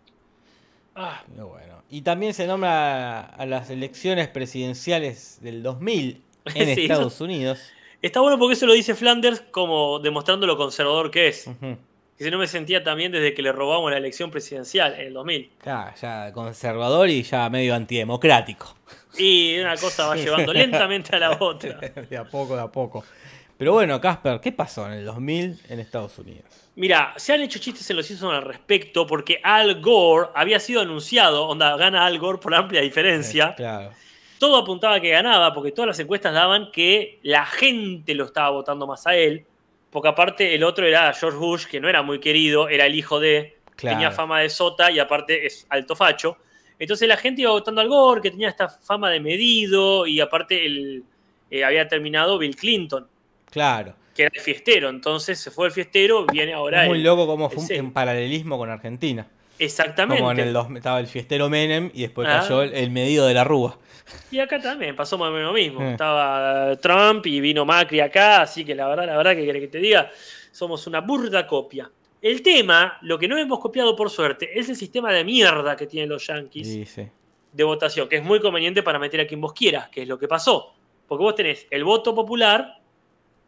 Ah, Pero bueno. Y también se nombra a las elecciones presidenciales del 2000 en Sí, Estados Unidos. está bueno porque eso lo dice Flanders como demostrando lo conservador que es. Ujú. Dice, no me sentía tan bien desde que le robamos la elección presidencial en el 2000. Claro, ya conservador y ya medio antidemocrático. Y una cosa va llevando lentamente a la otra. De a poco, de a poco. Pero bueno, Casper, ¿qué pasó en el 2000 en Estados Unidos? Mira, se han hecho chistes en los Simpsons al respecto porque Al Gore había sido anunciado, onda, gana Al Gore por amplia diferencia. Eh, claro. Todo apuntaba que ganaba porque todas las encuestas daban que la gente lo estaba votando más a él. Porque aparte el otro era George Bush, que no era muy querido, era el hijo de, Claro. tenía fama de sota y aparte es alto facho. Entonces la gente iba votando al Gore, que tenía esta fama de medido y aparte el, eh, había terminado Bill Clinton, Claro. que era el fiestero. Entonces se fue el fiestero, viene ahora es muy él. loco cómo el fue un- cero. en paralelismo con Argentina. Exactamente. Como en el 2000 estaba el fiestero Menem y después Ah. cayó el, el medido de la Rúa. Y acá también pasó más o menos lo mismo. Eh. Estaba Trump y vino Macri acá, así que la verdad, la verdad que querés que te diga, somos una burda copia. El tema, lo que no hemos copiado por suerte, es el sistema de mierda que tienen los yankees Y sí. de votación, que es muy conveniente para meter a quien vos quieras, que es lo que pasó. Porque vos tenés el voto popular,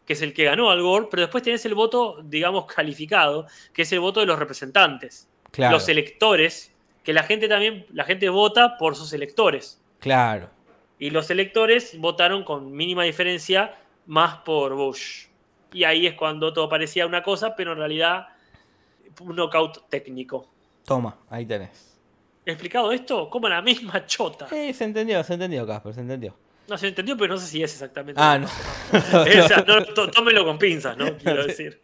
que es el que ganó al Gore, pero después tenés el voto, digamos, calificado, que es el voto de los representantes, Claro. los electores, que la gente también, la gente vota por sus electores. Claro. Y los electores votaron con mínima diferencia más por Bush. Y ahí es cuando todo parecía una cosa, pero en realidad un knockout técnico. Toma, ahí tenés. ¿Explicado esto? Como la misma chota. Eh, se entendió, se entendió, Casper, se entendió. No se entendió, pero no sé si es exactamente. Ah, no. Eh, o sea, no, to- tómelo con pinzas, ¿no? Quiero decir.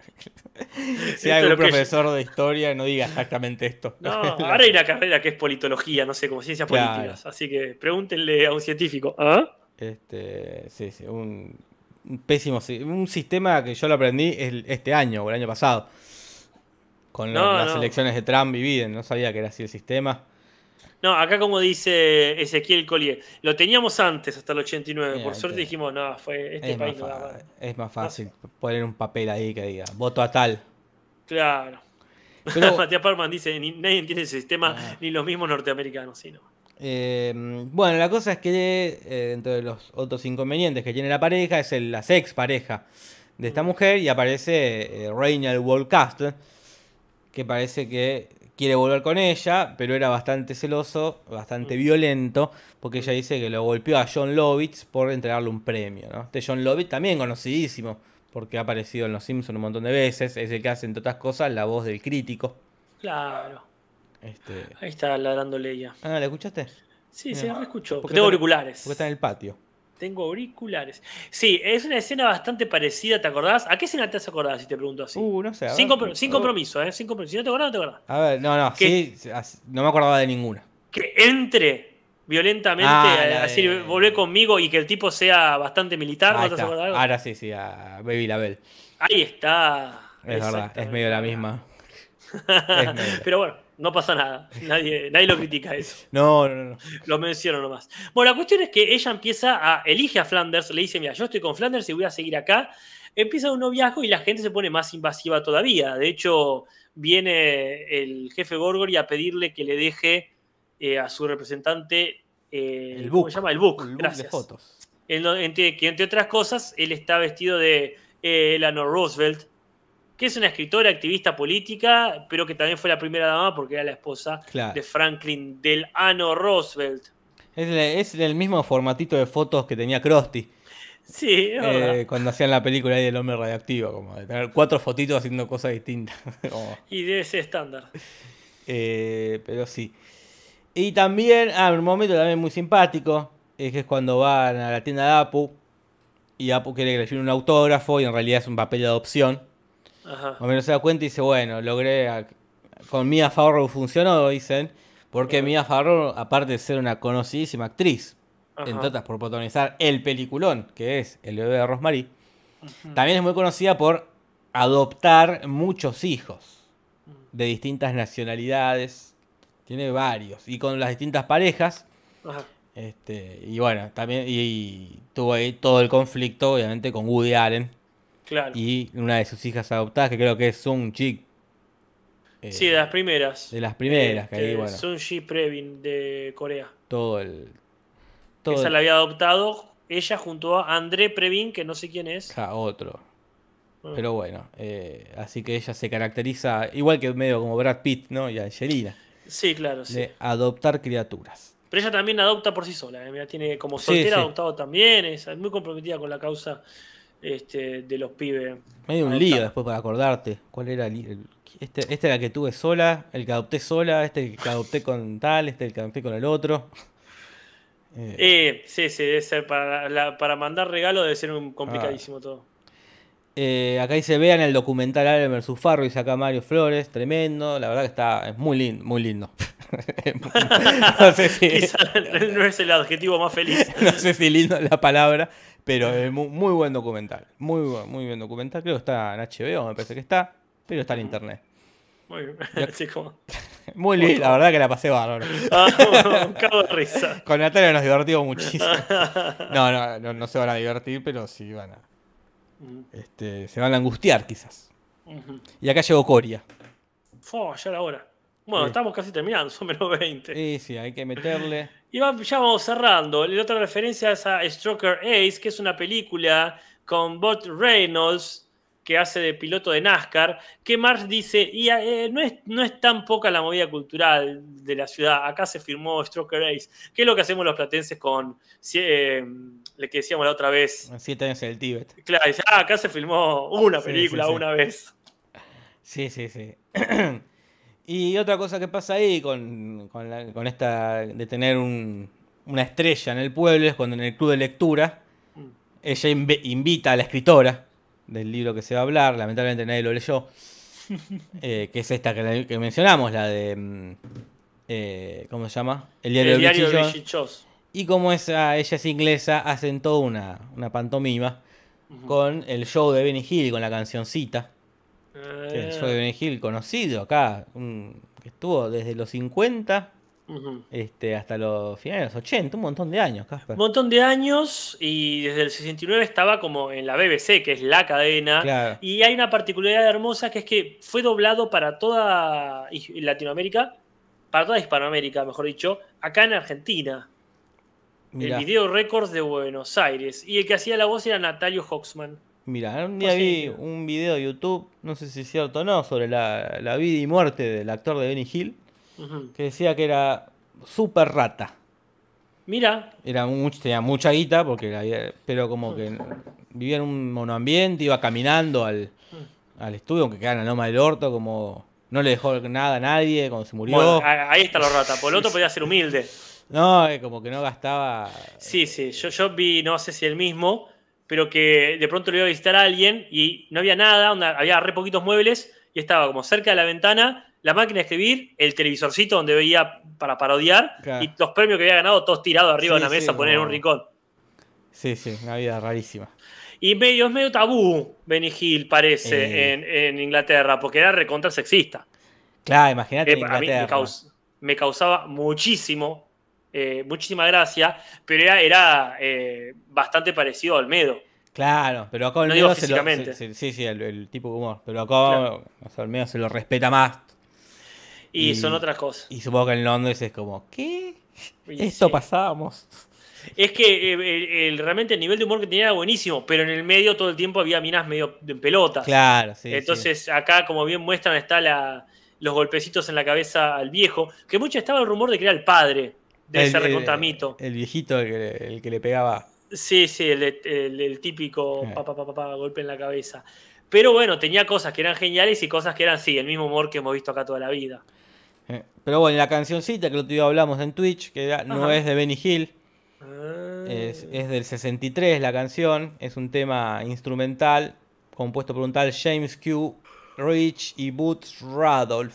si Esto hay es un lo que- profesor de historia, no diga exactamente esto. No, ah. ahora hay una carrera que es politología, no sé, como ciencias Claro. políticas. Así que pregúntenle a un científico. ¿Ah? Este, sí, sí, un, un pésimo si- un sistema que yo lo aprendí el- este año o el año pasado. Con lo- No, las no. elecciones de Trump y Biden, no sabía que era así el sistema. No, acá como dice Ezequiel Collier, lo teníamos antes, hasta el 89. Mira, Por ahí suerte te- dijimos, no, fue este es, más país no da fa- para- es más fácil poner un papel ahí que diga voto a tal. Claro. Pero, Matías Parman dice, "Ni- nadie entiende ese sistema, Ah. ni los mismos norteamericanos, sino. eh, bueno, la cosa es que eh, dentro de los otros inconvenientes que tiene la pareja es el, la sex pareja de esta mujer y aparece eh, Reynald Wolcastle, que parece que quiere volver con ella, pero era bastante celoso, bastante violento, porque ella dice que lo golpeó a John Lovitz por entregarle un premio. ¿no? Este John Lovitz también conocidísimo, porque ha aparecido en Los Simpsons un montón de veces, es el que hace, entre otras cosas, la voz del crítico. Claro. Este... Ahí está ladrándole ella. Ah, ¿la escuchaste? Sí, Mira. se me escuchó. Porque Tengo está- auriculares. Porque está en el patio. Tengo auriculares. Sí, es una escena bastante parecida, ¿te acordás? ¿A qué escena te has acordado si te pregunto así? Uh, no sé. a sin, ver. compro- sin compromiso, ¿eh? Sin compromiso. Si no te acordás, no te acordás. A ver, no, no, ¿Qué? sí, as- no me acordaba de ninguna. Que entre violentamente Ah, a la de- decir, volvé conmigo y que el tipo sea bastante militar, Ahí ¿no te está. Ah, has acordado? Ahora sí, sí, a Baby Label. Ahí está. Es verdad, es Exactamente. medio la misma. es medio. Pero bueno, no pasa nada. Nadie, nadie lo critica eso. No, no, no. Lo menciono nomás. Bueno, la cuestión es que ella empieza a. elige a Flanders, le dice: Mira, yo estoy con Flanders y voy a seguir acá. Empieza un noviazgo y la gente se pone más invasiva todavía. De hecho, viene el jefe Gorgory a pedirle que le deje eh, a su representante. eh, El ¿Cómo book. se llama? El book. Un look gracias. de fotos. En lo- entre, que entre otras cosas, él está vestido de eh, Eleanor Roosevelt, que es una escritora, activista política, pero que también fue la primera dama porque era la esposa Claro. de Franklin Delano Roosevelt. Es, el, es el mismo formatito de fotos que tenía Krusty Sí, es verdad. eh, cuando hacían la película ahí del hombre radioactivo, como de tener cuatro fotitos haciendo cosas distintas. Como- Y debe ser estándar. Eh, pero sí. Y también, ah, un momento también muy simpático, es que es cuando van a la tienda de Apu y Apu quiere que le firme un autógrafo y en realidad es un papel de adopción. Ajá. Homero se da cuenta y dice, bueno, logré, a- con Mia Farrow funcionó, dicen, porque Claro. Mia Farrow, aparte de ser una conocidísima actriz, Ajá. entre otras por protagonizar el peliculón, que es El bebé de Rosemary, Ujú. también es muy conocida por adoptar muchos hijos Mm. de distintas nacionalidades. Tiene varios. Y con las distintas parejas. Ajá. Este, y bueno, también y, y tuvo ahí todo el conflicto, obviamente, con Woody Allen Claro. y una de sus hijas adoptadas, que creo que es Sung Chick. eh, sí, de las primeras. de las primeras, que ahí, Este, bueno, Sun Ji Previn de Corea. todo el. Todo Esa el- la había adoptado ella junto a André Previn, que no sé quién es. ja, otro. Pero bueno, eh, así que ella se caracteriza, igual que medio como Brad Pitt, ¿no? Y Angelina, Sí, claro, sí. de adoptar criaturas. Pero ella también adopta por sí sola. eh, mirá, tiene como Sí, soltera sí. adoptado también. Es muy comprometida con la causa este, de los pibes. Medio un lío después para acordarte. ¿Cuál era el, el- este, este era el que tuve sola, el que adopté sola, este el que adopté con tal, este el que adopté con el otro. Eh, Eh, sí, sí, debe ser para, la- para mandar regalo debe ser un complicadísimo todo. eh, acá dice, vean el documental Allen vs. Farro, dice acá Mario Flores, tremendo. La verdad que está, es muy lindo, muy lindo. no, sé si, Quizás no es el adjetivo más feliz. no sé si lindo es la palabra, pero es mu- muy, buen documental. Muy, bu- muy buen documental. Creo que está en HBO, me parece que está, pero está en internet. Muy bien. Sí, como- Muy lindo, la verdad que la pasé bárbaro. Ah, un cago de risa. Con Natalia nos divertimos muchísimo. No, no, no, no se van a divertir, pero sí van a. Este, se van a angustiar, quizás. Mm, Ujú. Y acá llegó Coria. Fua, ya era hora. Bueno, Sí. estamos casi terminando, son menos 20. Sí, sí, hay que meterle. Y va- ya vamos cerrando. La otra referencia es a Stroker Ace, que es una película con Burt Reynolds, que hace de piloto de NASCAR, que Marx dice, y eh, no, es, no es tan poca la movida cultural de la ciudad, acá se firmó Stroker Ace, que es lo que hacemos los platenses con, si- eh, le que decíamos la otra vez. Siete años en el Tíbet. Claro, dice, ah, acá se filmó una Sí, sí, película sí. una vez. Sí, sí, sí. y otra cosa que pasa ahí con, con, la- con esta de tener un- una estrella en el pueblo es cuando en el club de lectura Mm. ella inv- invita a la escritora del libro que se va a hablar, lamentablemente nadie lo leyó, eh, que es esta que, la- que mencionamos, la de... mm, eh, ¿Cómo se llama? El diario, del El diario de bichillón. Bridget Jones. Y como esa, ella es inglesa, hacen toda una, una pantomima Ujú. con el show de Benny Hill, con la cancioncita. Sí, Eh, El show de Benny Hill, conocido acá, un- que estuvo desde los 50 ujú. este, hasta los finales de los 80, un montón de años, Casper. Un montón de años y desde el 69 estaba como en la BBC, que es la cadena. Claro. ah, Y hay una particularidad hermosa que es que fue doblado para toda Hi- Latinoamérica, para toda Hispanoamérica, mejor dicho, acá en Argentina. Mirá, El Video Records de Buenos Aires. Y el que hacía la voz era Natalio Hoxman. mirá, un día Así vi que- un video de YouTube, no sé si es cierto o no, sobre la, la vida y muerte del actor de Benny Hill, que decía que era súper rata. Mira, Era much- tenía mucha guita, porque la vida- pero como que vivía en un monoambiente, iba caminando al, Mm. al estudio, aunque quedaba en la loma del orto, como no le dejó nada a nadie cuando se murió. bueno, a- ahí está la rata. Por el otro podía ser humilde. No, eh, como que no gastaba. Sí, sí, yo, yo vi, no sé si el mismo, pero que de pronto lo iba a visitar a alguien y no había nada, onda, había re poquitos muebles y estaba como cerca de la ventana, la máquina de escribir, el televisorcito donde veía para parodiar Claro. y los premios que había ganado todos tirados arriba de Sí, una mesa, sí, poner en un como- rincón. Sí, sí, una vida rarísima. Y medio, es medio tabú Benny Hill, parece, Eh. en, en Inglaterra, porque era recontra sexista. Claro, imagínate en Eh, a mí me, Inglaterra. caus- me causaba muchísimo, eh, muchísima gracia, pero era, era eh, bastante parecido al Medo. Claro, pero acá No digo Olmedo se lo. físicamente. se- se- sí, sí, el, el tipo de humor. Pero acá Claro. o sea, Olmedo se lo respeta más. Y, son Y- otras cosas. Y supongo que en Londres es como, ¿qué? Y Esto sí. pasábamos. Es que eh, el- el- realmente el nivel de humor que tenía era buenísimo, pero en el medio todo el tiempo había minas medio en pelota. Claro, sí. sí. Entonces acá, como bien muestran, está la, los golpecitos en la cabeza al viejo, que mucho estaba el rumor de que era el padre de El- ese el- recontamito. El, viejito, el que, le- el que le pegaba. Sí, sí, el, el- el típico Eh. pa, pa, pa, pa, pa, golpe en la cabeza. Pero bueno, tenía cosas que eran geniales y cosas que eran, sí, el mismo humor que hemos visto acá toda la vida. Eh, Pero bueno, la cancioncita que el otro día hablamos en Twitch, que era- no Ajá. es de Benny Hill, Ah. es, es del 63 la canción, es un tema instrumental compuesto por un tal James Q. Rich y Boots Radolf.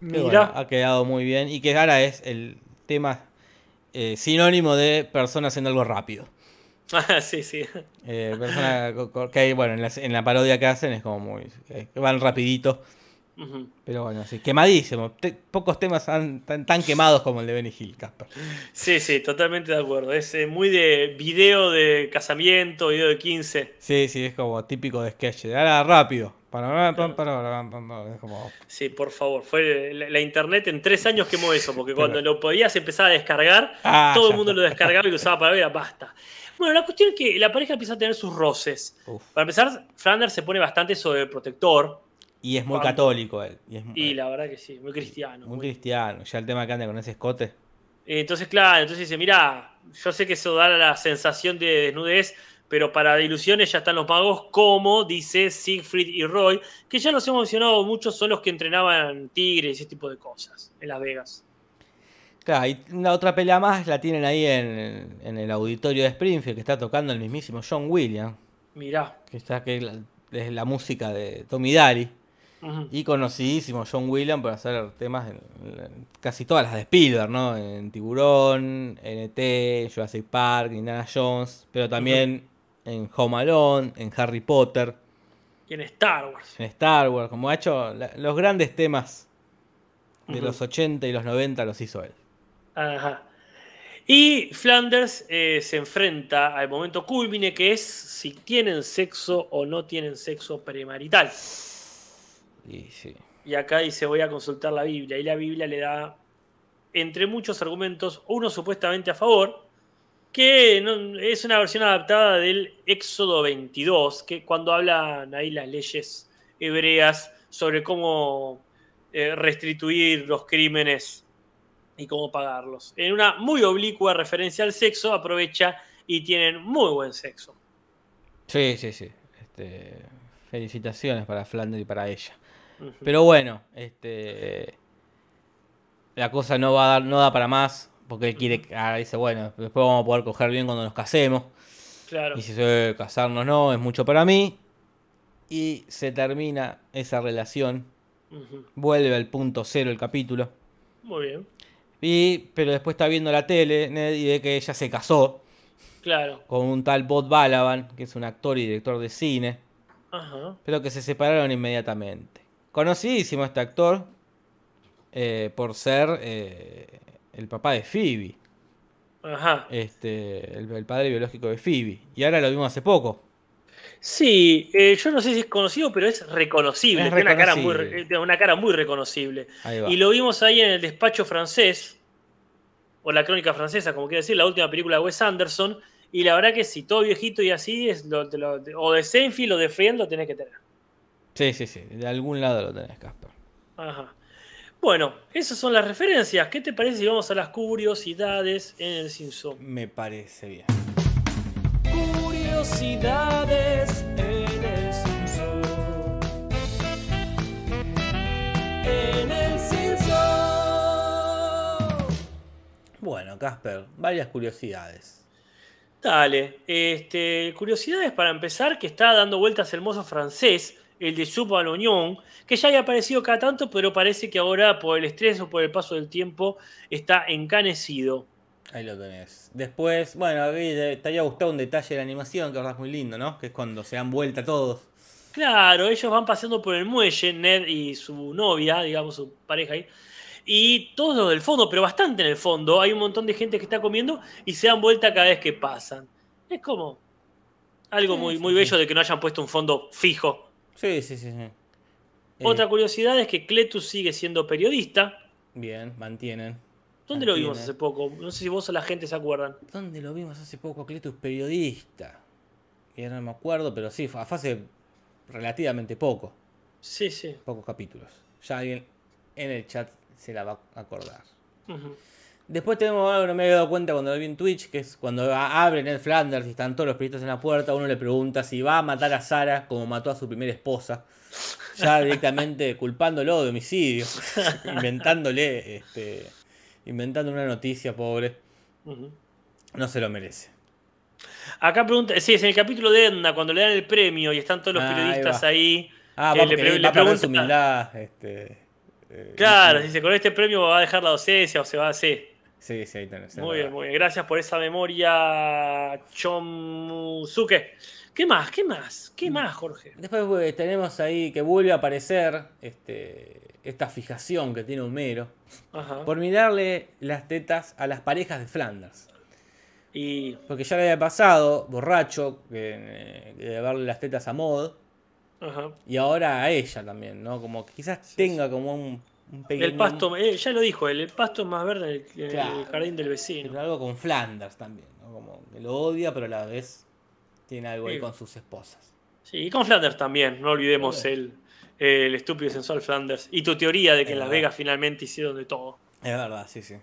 Que, Mira, bueno, ha quedado muy bien y que ahora es el tema eh, sinónimo de persona haciendo algo rápido. sí, sí. Eh, persona co- co- que hay, bueno, en la, en la parodia que hacen es como muy... eh, van rapidito. Ujú. Pero bueno, sí, quemadísimo. Te- pocos temas han- tan, tan quemados como el de Benny Hill, Casper. Sí, sí, totalmente de acuerdo. Es eh, muy de video de casamiento, video de 15. Sí, sí, es como típico de sketch. de Ahora rápido. Para, para, para, para, para, es como- Sí, por favor. Fue la, la internet en tres años quemó eso, porque Pero- cuando lo podías empezar a descargar, Ah, ya todo el mundo está. lo descargaba y lo usaba para ver, era basta. Bueno, la cuestión es que la pareja empieza a tener sus roces. Uf. Para empezar, Flanders se pone bastante sobreprotector, Y es muy Cuando- católico él. Y es y muy, la verdad que sí, muy cristiano. muy muy- cristiano. Ya el tema que anda con ese escote. Entonces, claro, entonces dice, mira, yo sé que eso da la sensación de desnudez, pero para Dilusiones ya están los magos, como dice Siegfried y Roy, que ya los hemos mencionado muchos, son los que entrenaban tigres y ese tipo de cosas en Las Vegas. Claro, y una otra pelea más la tienen ahí en, en el auditorio de Springfield, que está tocando el mismísimo John Williams, Mirá. que está que es la, es la música de Tommy Daly. Ujú. Y conocidísimo John Williams por hacer temas en, en casi todas las de Spielberg, ¿no? En Tiburón, NT, Jurassic Park, Indiana Jones, pero también en Home Alone, en Harry Potter, Y en Star Wars. en Star Wars, como ha hecho la- los grandes temas de Ujú. los 80 y los 90 los hizo él. Ajá. Y Flanders eh, se enfrenta al momento culmine que es si tienen sexo o no tienen sexo premarital. Y sí. Y acá dice, voy a consultar la Biblia. Y la Biblia le da, entre muchos argumentos, uno supuestamente a favor, que no- es una versión adaptada del Éxodo 22, que cuando hablan ahí las leyes hebreas sobre cómo eh, restituir los crímenes y cómo pagarlos. En una muy oblicua referencia al sexo, aprovecha y tienen muy buen sexo. Sí, sí, sí. Este, felicitaciones para Flanders y para ella. Ujú. Pero bueno, este la cosa no va a dar, no da para más, porque él quiere, ah, dice, bueno, después vamos a poder coger bien cuando nos casemos. claro. Y si se casarnos no, es mucho para mí. Y se termina esa relación. Ujú. Vuelve al punto cero el capítulo. Muy bien. Y, pero después está viendo la tele, Ned, y ve que ella se casó Claro. con un tal Bob Balaban, que es un actor y director de cine. Ajá. pero que se separaron inmediatamente. Conocidísimo este actor eh, por ser eh, el papá de Phoebe, Ajá. este, el, el padre biológico de Phoebe. Y ahora lo vimos hace poco. Sí, eh, yo no sé si es conocido, pero es reconocible. Es tiene, una cara muy, reconocible. re- eh, tiene una cara muy reconocible. Ahí va. Y lo vimos ahí en el despacho francés, o la crónica francesa, como quiere decir, la última película de Wes Anderson. Y la verdad que si todo viejito y así, es lo- te lo- te- o de Seinfeld o de Friend lo tenés que tener. Sí, sí, sí. De algún lado lo tenés, Casper. Ajá. Bueno, esas son las referencias. ¿Qué te parece si vamos a las curiosidades en el Simpson? Me parece bien. Curiosidades en el Simpson. En el Simpson. Bueno, Casper, varias curiosidades. Dale, este, curiosidades para empezar, que está dando vueltas el mozo francés, el de Soup à l'Oignon, que ya había aparecido cada tanto, pero parece que ahora por el estrés o por el paso del tiempo está encanecido. Ahí lo tenés. Después, bueno, a mí te te había gustado un detalle de la animación que ahora es muy lindo, ¿no? Que es cuando se dan vuelta todos. Claro, ellos van paseando por el muelle, Ned y su novia, digamos, su pareja ahí, y todos los del fondo, pero bastante en el fondo, hay un montón de gente que está comiendo y se dan vuelta cada vez que pasan. Es como algo Sí, muy, sí, muy sí. bello de que no hayan puesto un fondo fijo. Sí, sí, sí. Eh, sí. Eh, Otra curiosidad es que Cletus sigue siendo periodista. Bien, mantienen. ¿Dónde lo vimos Mantiene. hace poco? No sé si vos o la gente se acuerdan. ¿Dónde lo vimos hace poco? Cletus periodista. Ya no me acuerdo, pero sí, fue- fue hace relativamente poco, Sí, sí. pocos capítulos. Ya alguien en el chat se la va a acordar. Ujú. Después tenemos algo que no me había dado cuenta cuando lo vi en Twitch, que es cuando a- abren el Flanders y están todos los periodistas en la puerta, uno le pregunta si va a matar a Sara como mató a su primera esposa, ya directamente culpándolo de homicidio, inventándole, este, inventando una noticia pobre, Ujú. no se lo merece. Acá pregunta, sí, es en el capítulo de Edna, cuando le dan el premio y están todos los Ah, ahí periodistas va. ahí. Ah, que va, le porque pre- ahí le va a perder su pregunta- humildad. Este, eh, Claro, y- dice, con este premio va a dejar la docencia o se va a hacer. Sí, sí, ahí tenés. es Muy bien, verdad. muy bien. Gracias por esa memoria, Chomusuke. ¿Qué más? ¿Qué más? Mm. ¿Qué más, Jorge? Después eh, tenemos ahí que vuelve a aparecer este, esta fijación que tiene Homero Ajá. por mirarle las tetas a las parejas de Flanders. Y Porque ya le había pasado, borracho, que, eh, de verle las tetas a Mod ajá. y ahora a ella también, ¿no? Como que quizás tenga como un, un pequeño. el pasto, eh, ya lo dijo, él, el pasto es más verde en el, en el Claro. jardín del vecino. Pero algo con Flanders también, ¿no? Como que lo odia, pero a la vez tiene algo ahí Sí. con sus esposas. Sí, y con Flanders también, no olvidemos el, el estúpido y sensual Flanders. Y tu teoría de que Es en Las verdad. Vegas finalmente hicieron de todo. Es verdad, sí, sí.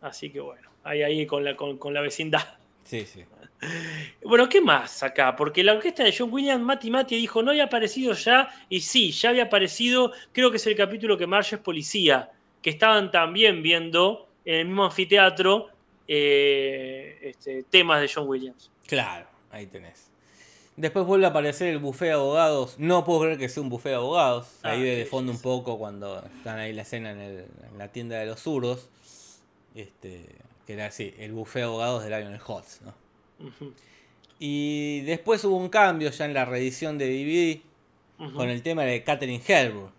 Así que bueno, ahí ahí con la, con, con la vecindad. Sí, sí. Bueno, ¿qué más acá? Porque la orquesta de John Williams, Mati Mati, dijo, no había aparecido ya, y sí, ya había aparecido, creo que es el capítulo que Marge es policía, que estaban también viendo en el mismo anfiteatro eh, este, temas de John Williams. Claro, ahí tenés. Después vuelve a aparecer el buffet de abogados. No puedo creer que sea un buffet de abogados. Ah, ahí de, qué de fondo un poco cuando están ahí la escena en, el- en la tienda de los zurdos. Este, que era así, el buffet de abogados de Lionel Hotz, ¿no? Ujú, Y después hubo un cambio ya en la reedición de DVD ujú. con el tema de Catherine Hellburn.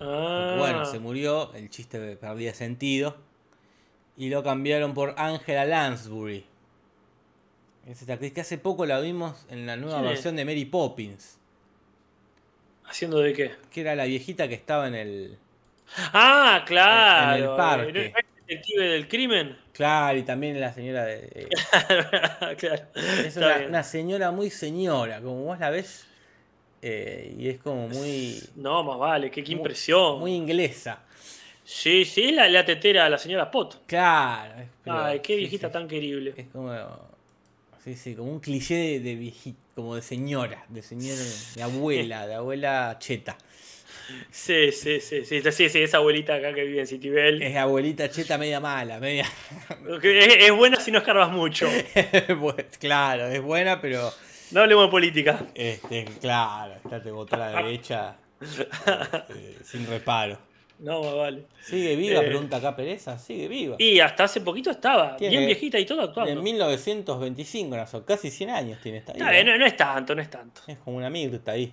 Ah, Porque, Bueno, se murió, el chiste perdía sentido. Y lo cambiaron por Angela Lansbury. Es esta actriz que hace poco la vimos en la nueva ¿Quién es? versión de Mary Poppins. ¿Haciendo de qué? Que era la viejita que estaba en el. Ah, claro. En el parque. ¿No es el detective del crimen? Claro, y también la señora de. eh, claro. es Está una, bien. una señora muy señora, como vos la ves. eh, y es como muy. No, más vale, qué, qué Muy- impresión. Muy inglesa. Sí, sí, es la, la tetera, la señora Pot. Claro. es- pero- Ay, qué sí, viejita sí. Eh. tan querible. Es como. Sí, sí, como un cliché de, de viejita, como de señora, de señora, de abuela, de abuela cheta. Sí, sí, sí, sí, sí, sí, esa abuelita acá que vive en Citibel. Es abuelita cheta media mala, media. Ok, Es, es buena si no escarbas mucho. Bueno, pues, claro, es buena, pero. No hablemos de política. Este, claro, está te botó a la derecha eh, sin reparo. No, más vale. ¿Sigue viva? Eh. Pregunta acá Pereza. ¿Sigue viva? Y hasta hace poquito estaba, Tiene- bien viejita y todo actuando. En 1925 nació, casi 100 años tiene esta Está bien, eh. vida. no, no es tanto, no es tanto. Es como una Mirta ahí.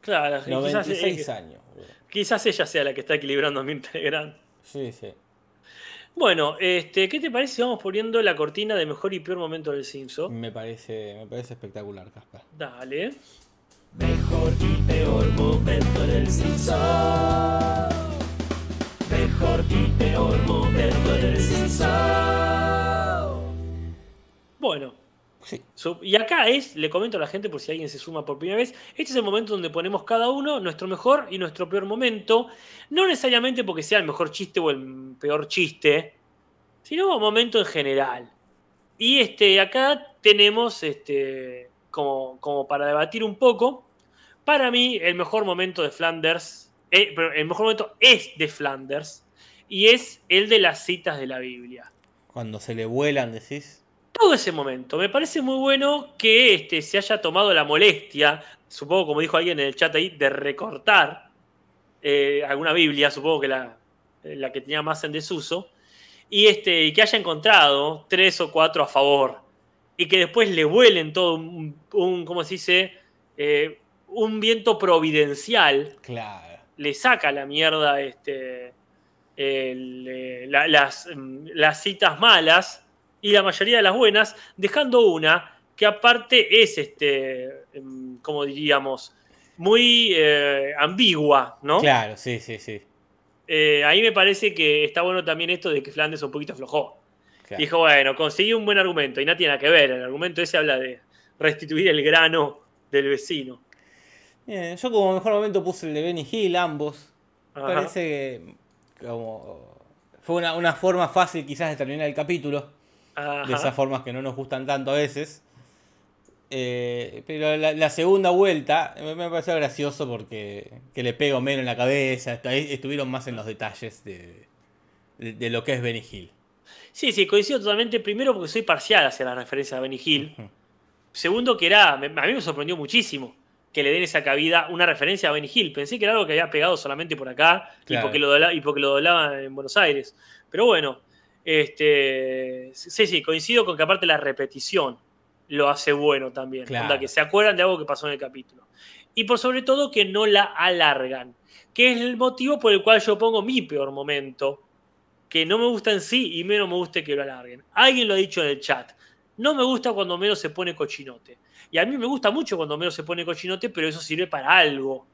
Claro, y quizás, 96 eh, años. boludo. quizás ella sea la que está equilibrando a Mirta Legrand. Sí, sí. Bueno, este, ¿qué te parece si vamos poniendo la cortina de mejor y peor momento del Simpson? Me parece, me parece espectacular, Caspar. Dale. Mejor y peor momento en el Simpson. Mejor y peor momento en el Simpson. Bueno, Sí. So- Y acá es, le comento a la gente por si alguien se suma por primera vez, este es el momento donde ponemos cada uno nuestro mejor y nuestro peor momento, no necesariamente porque sea el mejor chiste o el peor chiste, sino un momento en general. Y este, acá tenemos este, como, como para debatir un poco, para mí el mejor momento de Flanders, eh, pero el mejor momento es de Flanders, y es el de las citas de la Biblia Cuando se le vuelan, decís. todo ese momento. Me parece muy bueno que este, se haya tomado la molestia, supongo, como dijo alguien en el chat ahí, de recortar eh, alguna Biblia, supongo que la, eh, la que tenía más en desuso, y, este, y que haya encontrado tres o cuatro a favor, y que después le vuelen todo un, un- ¿cómo se dice? Eh, un viento providencial Claro. le saca la mierda este, el, eh, la- las, mm, las citas malas y la mayoría de las buenas, dejando una que aparte es, este, mm, como diríamos, muy eh, ambigua, ¿no? Claro, sí, sí, sí. Eh, ahí me parece que está bueno también esto de que Flandes un poquito aflojó. Claro. Dijo, bueno, conseguí un buen argumento y no tiene nada que ver. El argumento ese habla de restituir el grano del vecino. Bien, Eh, yo como mejor momento puse el de Benny Hill, ambos. Ajá. Parece que como fue una, una forma fácil quizás de terminar el capítulo. De Ajá. esas formas que no nos gustan tanto a veces. Eh, pero la, la segunda vuelta me, me pareció gracioso porque que le pego menos en la cabeza. Est- ahí estuvieron más en los detalles de, de- de lo que es Benny Hill. Sí, sí, coincido totalmente. Primero, porque soy parcial hacia las referencias a Benny Hill. Ujú. Segundo, que era. me- A mí me sorprendió muchísimo que le den esa cabida una referencia a Benny Hill. Pensé que era algo que había pegado solamente por acá y, Claro. porque lo dobla- y porque lo doblaban en Buenos Aires. Pero bueno, este, sí, sí, coincido con que aparte la repetición lo hace bueno también. Claro. Onda, que se acuerdan de algo que pasó en el capítulo. Y por sobre todo que no la alargan, que es el motivo por el cual yo pongo mi peor momento que no me gusta en sí y menos me gusta que lo alarguen. Alguien lo ha dicho en el chat. No me gusta cuando Homero se pone cochinote. Y a mí me gusta mucho cuando Homero se pone cochinote, pero eso sirve para algo.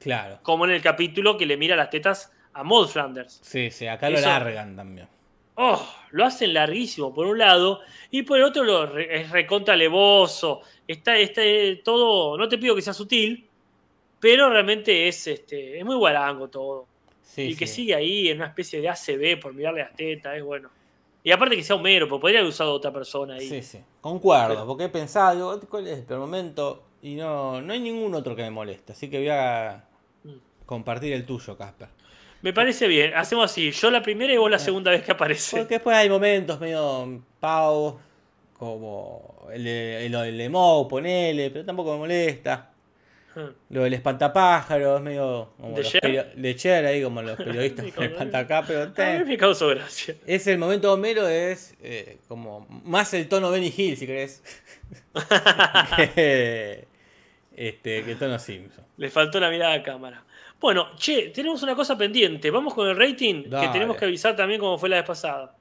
Claro. Como en el capítulo que le mira las tetas a Maud Flanders. Sí, sí, acá Eso- lo largan también. Oh, lo hacen larguísimo por un lado y por el otro lo re- es recontra levoso. Está, está, eh, todo, no te pido que sea sutil, pero realmente es, este, es muy guarango todo. Sí, y que sí. sigue ahí en una especie de ACB por mirarle las tetas, es bueno. Y aparte que sea Homero, porque podría haber usado otra persona ahí. Sí, sí. Concuerdo, porque he pensado, digo, ¿cuál es el peor momento? Y no, no hay ningún otro que me moleste. Así que voy a compartir el tuyo, Casper. Mm. Me parece bien. Hacemos así. Yo la primera y Ah. vos la segunda vez que aparece. Porque después hay momentos medio pavos, como el de, el, el de Moe, ponele, pero tampoco me molesta. Lo del espantapájaros, medio como ¿De los Cher? perio- de Cher, ahí como los periodistas Sí, con el como- espantacápero. A mí me causó gracia. Es el momento de Homero, es eh, como más el tono Benny Hill, si querés. que, este, que el tono Simpson. Le faltó la mirada a cámara. Bueno, che, tenemos una cosa pendiente. Vamos con el rating, Dale. que tenemos que avisar también como fue la vez pasada.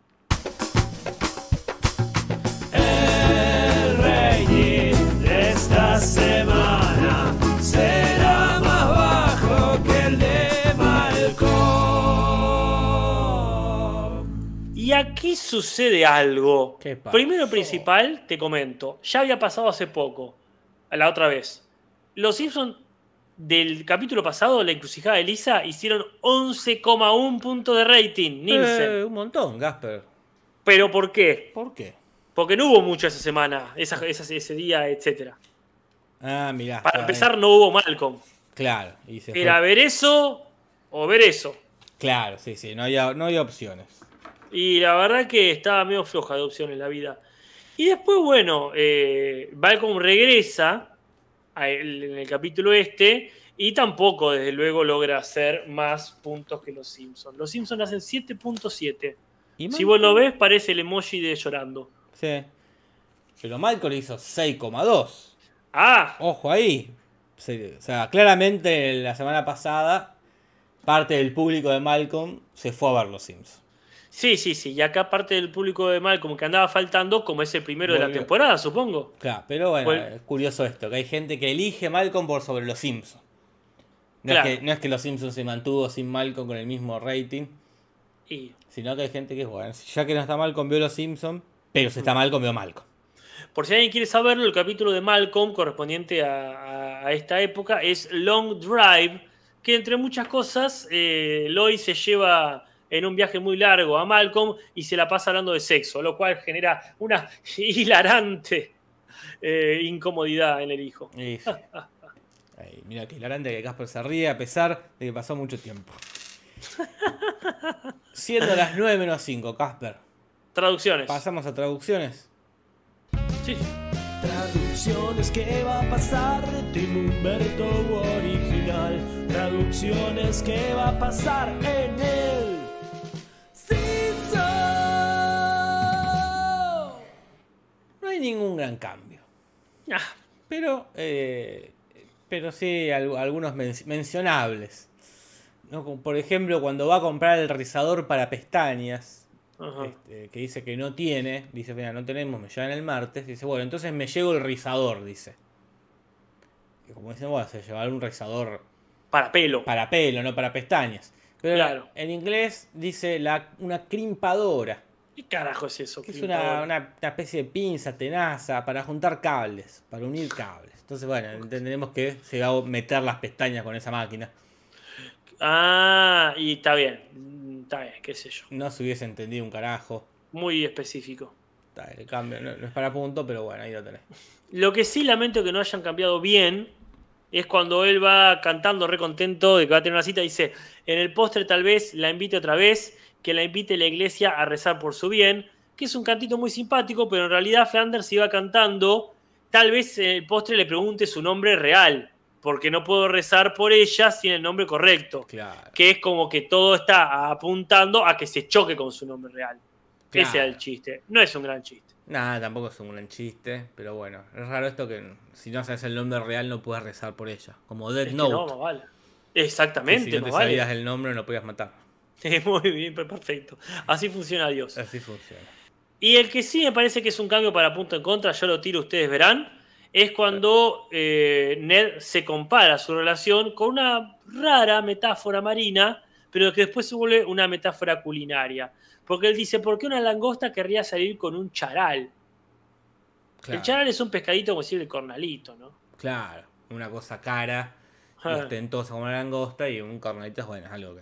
El rating de esta semana será más bajo que el de Malcolm. Y aquí sucede algo. ¿Qué pasó? Primero y principal, te comento. Ya había pasado hace poco, a la otra vez. Los Simpsons del capítulo pasado, la encrucijada de Lisa, hicieron 11,1 puntos de rating, Nielsen. Eh, un montón, Gasper. ¿Pero por qué? ¿Por qué? Porque no hubo mucho esa semana, esa- esa- ese día, etc. Ah, mirá. Para está empezar, bien. no hubo Malcolm. Claro, y se fue. Era ver eso o ver eso. Claro, sí, sí, no había, no había opciones. Y la verdad que estaba medio floja de opciones la vida. Y después, bueno, eh, Malcolm regresa a el- en el capítulo este y tampoco, desde luego, logra hacer más puntos que los Simpsons. Los Simpsons hacen 7.7. Y Si Malcolm- vos lo ves, parece el emoji de llorando. Sí. Pero Malcolm hizo 6,2. Ah, Ojo ahí. Se- o sea, claramente la semana pasada parte del público de Malcolm se fue a ver los Sims. sí, sí, sí. Y acá parte del público de Malcolm que andaba faltando, como es el primero de la Volvió. temporada, supongo. Claro, pero bueno, Bueno. es curioso esto, que hay gente que elige Malcolm por sobre los Simpsons. No, Claro. es que, no es que los Simpsons se mantuvo sin Malcolm con el mismo rating, Y sino que hay gente que, bueno, si ya que no está Malcolm, vio los Simpsons, pero si está Malcolm, vio Malcolm. Por si alguien quiere saberlo, el capítulo de Malcolm correspondiente a, a- a esta época es Long Drive, que entre muchas cosas, eh, Lois se lleva en un viaje muy largo a Malcolm y se la pasa hablando de sexo, lo cual genera una hilarante eh, incomodidad en el hijo. Y sí. Ay, mira que hilarante que Casper se ríe a pesar de que pasó mucho tiempo. Siendo las 9 menos 5, Casper. Traducciones. Pasamos a traducciones. Sí, sí. Traducciones que va a pasar Tim Humberto original. Traducciones que va a pasar en el Simpson. No hay ningún gran cambio. Ah, Pero, eh, pero sí al- algunos men- mencionables. ¿no? Como Por ejemplo, cuando va a comprar el rizador para pestañas, ajá. este, que dice que no tiene, dice, mira, no tenemos, me llevan el martes, dice, bueno, entonces me llevo el rizador, dice. Y como dicen, bueno, se llevar un rizador Para pelo. para pelo, no para pestañas. Pero Claro. en inglés dice la, una crimpadora, ¿Qué carajo es eso? que es Clint Eastwood? una, una- una especie de pinza, tenaza, para juntar cables, para unir cables. Entonces, bueno, entendemos que se va a meter las pestañas con esa máquina. Ah, y está bien. mm, Está bien, qué sé yo. No se hubiese entendido un carajo. Muy específico. Está, el cambio no, no es para punto, pero bueno, ahí lo tenés. Lo que sí lamento que no hayan cambiado bien es cuando él va cantando re contento de que va a tener una cita. Dice, en el postre tal vez la invite otra vez, que la invite la iglesia a rezar por su bien, que es un cantito muy simpático, pero en realidad Flanders iba cantando, tal vez en el postre le pregunte su nombre real, porque no puedo rezar por ella sin el nombre correcto, Claro. que es como que todo está apuntando a que se choque con su nombre real. Ese era Claro. el chiste, no es un gran chiste. Nada, tampoco es un gran chiste, pero bueno, es raro esto que si no sabes el nombre real no puedes rezar por ella. Como Dead Es que Note. no, más vale. que Exactamente, si no más te vale. sabías el nombre no podías matar. Eh, Muy bien, per- perfecto. Así funciona Dios. Así funciona. Y el que sí me parece que es un cambio para punto en contra, yo lo tiro, ustedes verán, es cuando eh, Ned se compara su relación con una rara metáfora marina, pero que después se vuelve una metáfora culinaria. Porque él dice, ¿por qué una langosta querría salir con un charal? Claro, El charal es un pescadito como decir el cornalito, ¿no? claro. Una cosa cara, y ostentosa como una langosta y un cornalito es bueno, es algo que.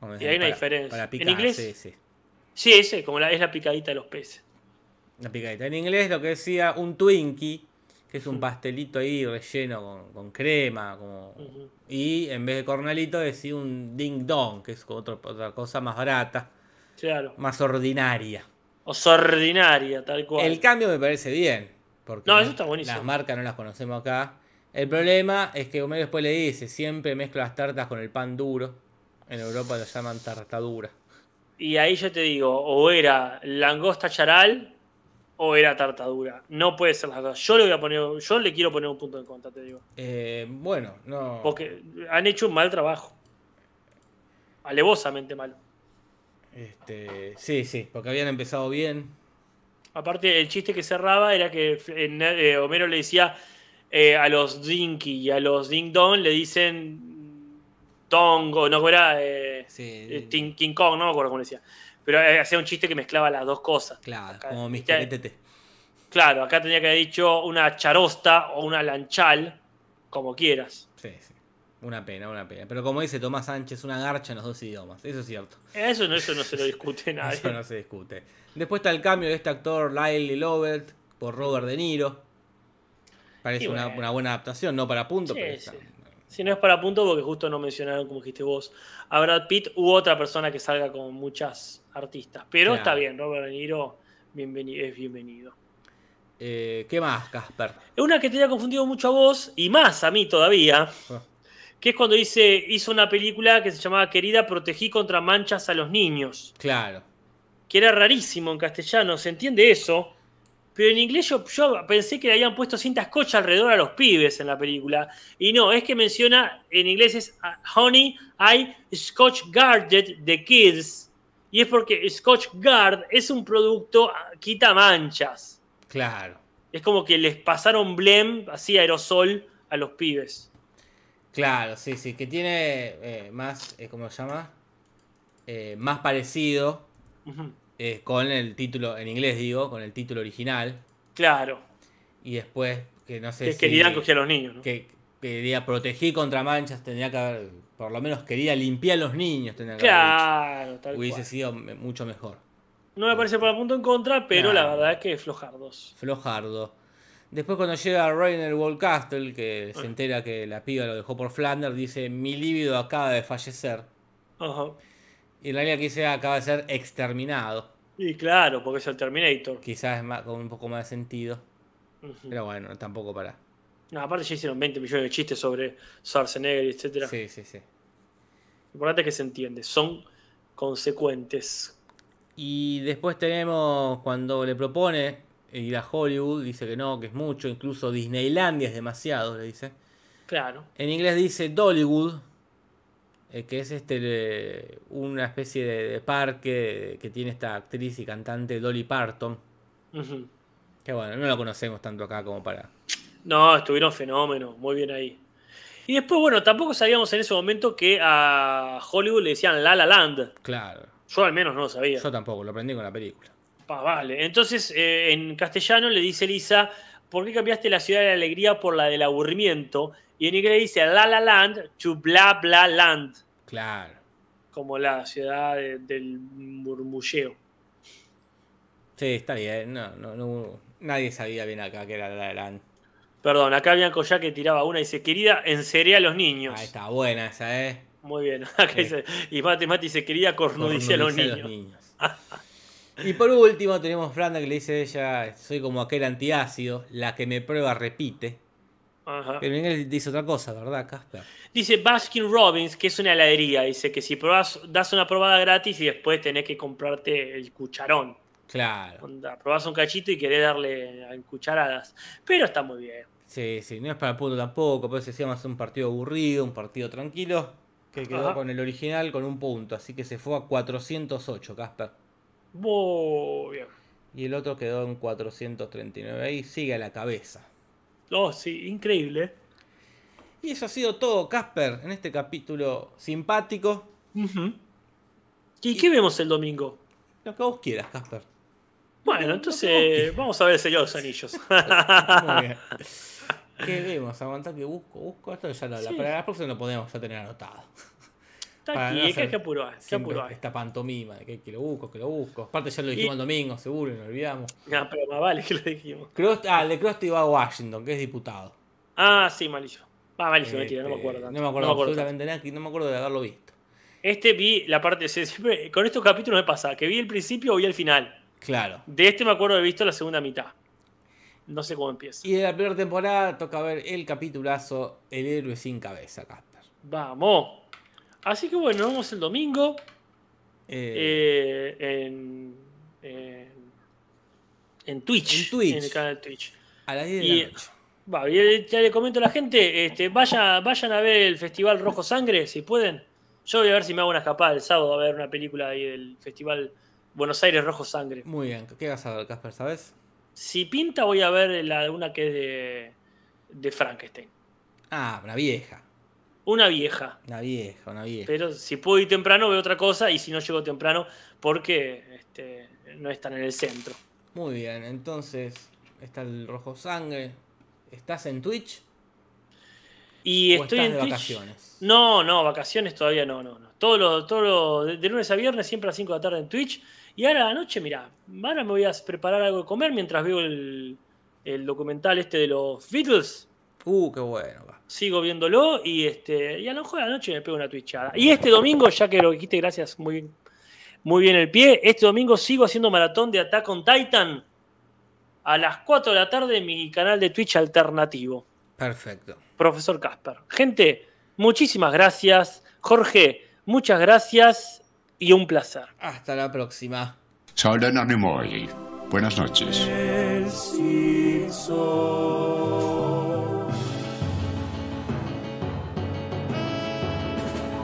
como Y dicen, hay una para- diferencia. Para En picar, inglés- sí, sí. Sí, ese, como la, es la picadita de los peces. La picadita. En inglés lo que decía un Twinkie, que Mm. es un pastelito ahí relleno con, con crema. Como... Ujú. Y en vez de cornalito decía un ding dong, que es otro- otra cosa más barata, Claro. más ordinaria. O sordinaria, tal cual. El cambio me parece bien. Porque No, eso está buenísimo. Las marcas no las conocemos acá. El problema es que Homero después le dice, siempre mezcla las tartas con el pan duro. En Europa lo llaman tartadura. Y ahí yo te digo, o era langosta charal o era tartadura. No puede ser las dos. Yo le voy a poner, yo le quiero poner un punto en contra, te digo. Eh, bueno, no. Porque han hecho un mal trabajo. Alevosamente malo. Este, sí, sí, porque habían empezado bien. Aparte, el chiste que cerraba era que eh, na- eh, Homero le decía eh, a los Dinky y a los Ding Dong le dicen Tongo, no, ¿cómo era Eh, eh, Sí, Tin- King Kong, no me acuerdo cómo le decía. Pero eh, hacía un chiste que mezclaba las dos cosas. claro, Acá, como E Mr. ¿viste? ETT. Claro, acá tenía que haber dicho una charosta o una lanchal, como quieras. Sí, sí. Una pena, una pena. Pero como dice Tomás Sánchez, una garcha en los dos idiomas. Eso es cierto. Eso no, eso no se lo discute nadie. Eso no se discute. Después está el cambio de este actor, Lyle Lovett, por Robert De Niro. Parece Y una, bueno. una buena adaptación, no para punto, Sí, pero sí. está- Si no es para punto, porque justo no mencionaron, como dijiste vos, a Brad Pitt u otra persona que salga con muchas artistas. Pero Claro. está bien, Robert De Niro bienveni- es bienvenido. Eh, ¿Qué más, Casper? Una que te había confundido mucho a vos, y más a mí todavía, Ah. que es cuando dice, hizo una película que se llamaba Querida, protegí contra manchas a los niños. Claro. que era rarísimo en castellano, se entiende eso, pero en inglés yo, yo pensé que le habían puesto cintas cocha alrededor a los pibes en la película. Y no, es que menciona, en inglés es ah, Honey, I Scotch Guarded the Kids. Y es porque Scotch Guard es un producto ah, quita manchas. Claro. Es como que les pasaron blem, así aerosol, a los pibes. Claro, sí, sí. Que tiene eh, más, eh, ¿cómo se llama? Eh, más parecido Ujú. eh, con el título, en inglés digo, con el título original. Claro. Y después, que no sé que si... querían coger a los niños. ¿no? que quería proteger contra manchas, tendría que haber, por lo menos quería limpiar a los niños, tendría que haber Claro, tal dicho. Hubiese cual. sido me- mucho mejor. No me parece para punto en contra, pero No. la verdad es que flojardos. Flojardo. Después cuando llega Ray en el Wallcastle, que se entera que la piba lo dejó por Flanders, dice, mi líbido acaba de fallecer. Ajá. Y en realidad dice, acaba de ser exterminado. Y claro, porque es el Terminator. Quizás es más- con un poco más de sentido. Ujú. Pero bueno, tampoco para. No, aparte ya hicieron 20 millones de chistes sobre Schwarzenegger, etcétera. Sí, sí, sí. Lo importante es que se entiende, son consecuentes. Y después tenemos cuando le propone ir a Hollywood, dice que no, que es mucho, incluso Disneylandia es demasiado, le dice. Claro. En inglés dice Dollywood, eh, que es este eh, una especie de, de parque que tiene esta actriz y cantante Dolly Parton, Ujú. que bueno, no la conocemos tanto acá como para... No, estuvieron fenómenos, muy bien ahí. Y después, bueno, tampoco sabíamos en ese momento que a Hollywood le decían La La Land. Claro, Yo al menos no lo sabía. yo tampoco, lo aprendí con la película. Pa, vale. Entonces, eh, en castellano le dice Lisa, ¿por qué cambiaste la ciudad de la alegría por la del aburrimiento? Y en inglés dice La La Land to Bla Bla Land. Claro. como la ciudad de- del murmulleo. Sí, está bien, no, no, no- nadie sabía bien acá que era la La Land. Perdón, acá Bianco ya que tiraba una y dice, querida, enseré a los niños. Ahí Ah, está, buena esa, ¿eh? Muy bien. Acá dice- y Mati Mati dice, querida, cornudice a los Cornudice niños. a y por último tenemos Flanda que le dice a ella, soy como aquel antiácido, la que me prueba repite. Ajá. Pero en inglés dice otra cosa, ¿verdad, Casper? Dice Baskin Robbins, que es una heladería, dice que si probás, das una probada gratis y después tenés que comprarte el cucharón. Claro. Onda, probás un cachito y querés darle a- en cucharadas. Pero está muy bien. Sí, sí, no es para el punto tampoco, pero se decía más un partido aburrido, un partido tranquilo, que quedó Ajá. con el original con un punto, así que se fue a 408, Casper. Muy bien. Y el otro quedó en 439, ahí sigue a la cabeza. Oh, sí, increíble. ¿eh? Y eso ha sido todo, Casper, en este capítulo simpático. Ujú. ¿Y qué vemos el domingo? Lo que vos quieras, Casper. Bueno, entonces vamos a ver el Señor de los Anillos. Muy bien. ¿Qué vemos? Aguantá que busco, busco. Esto ya lo, la, Sí. para la próxima lo podemos ya tener anotado. Está Para aquí, no ¿qué- hacer ¿qué apuro hay? ¿Qué Siempre apuro hay? esta pantomima de que, que lo busco, que lo busco. Aparte ya lo dijimos el domingo, seguro, y nos olvidamos. No, Ah, pero más vale que lo dijimos. Crost- ah, el de Krusty va a Washington, que es diputado. Ah, sí, malísimo. Ah, malísimo, mentira, no me Este, acuerdo. tanto, No me acuerdo tanto. absolutamente nada, que no me acuerdo de haberlo visto. Este vi la parte, sí, siempre- con estos capítulos me pasa, que vi el principio o vi el final. Claro. De este me acuerdo de haber visto la segunda mitad. No sé cómo empieza. Y de la primera temporada toca ver el capitulazo El héroe sin cabeza, Casper. Vamos. Así que bueno, nos vemos el domingo. Eh, eh, en, en, en Twitch. En Twitch. el canal de Twitch. a las 10 de y- la noche. Va, y eh, ya le comento a la gente, este, vaya, vayan a ver el Festival Rojo Sangre, si pueden. Yo voy a ver si me hago una escapada el sábado a ver una película ahí del Festival Buenos Aires Rojo Sangre. Muy bien, ¿qué vas a ver, Casper, sabes? Si pinta, voy a ver la, una que es de, de Frankenstein. Ah, una vieja. Una vieja. Una vieja, una vieja. Pero si puedo ir temprano, veo otra cosa. Y si no llego temprano, porque este, no están en el centro. Muy bien, entonces está el rojo sangre. ¿Estás en Twitch? Y ¿O estoy estás en de Twitch. vacaciones? No, no, vacaciones todavía no, no, no. Todos los, todos los- de- de lunes a viernes, siempre a las 5 de la tarde en Twitch. Y ahora a la noche, mirá, ahora me voy a preparar algo de comer mientras veo el, el documental este de los Beatles. Uh, qué bueno, va. Sigo viéndolo y este y a lo mejor a la noche me pego una twitchada. Y este domingo, ya que lo dijiste, gracias, muy bien, muy bien el pie. Este domingo sigo haciendo maratón de Attack on Titan a las 4 de la tarde en mi canal de Twitch alternativo. Perfecto. Profesor Casper. Gente, muchísimas gracias. Jorge, muchas gracias y un placer. Hasta la próxima. Solo no me voy. Buenas noches. El Simpson.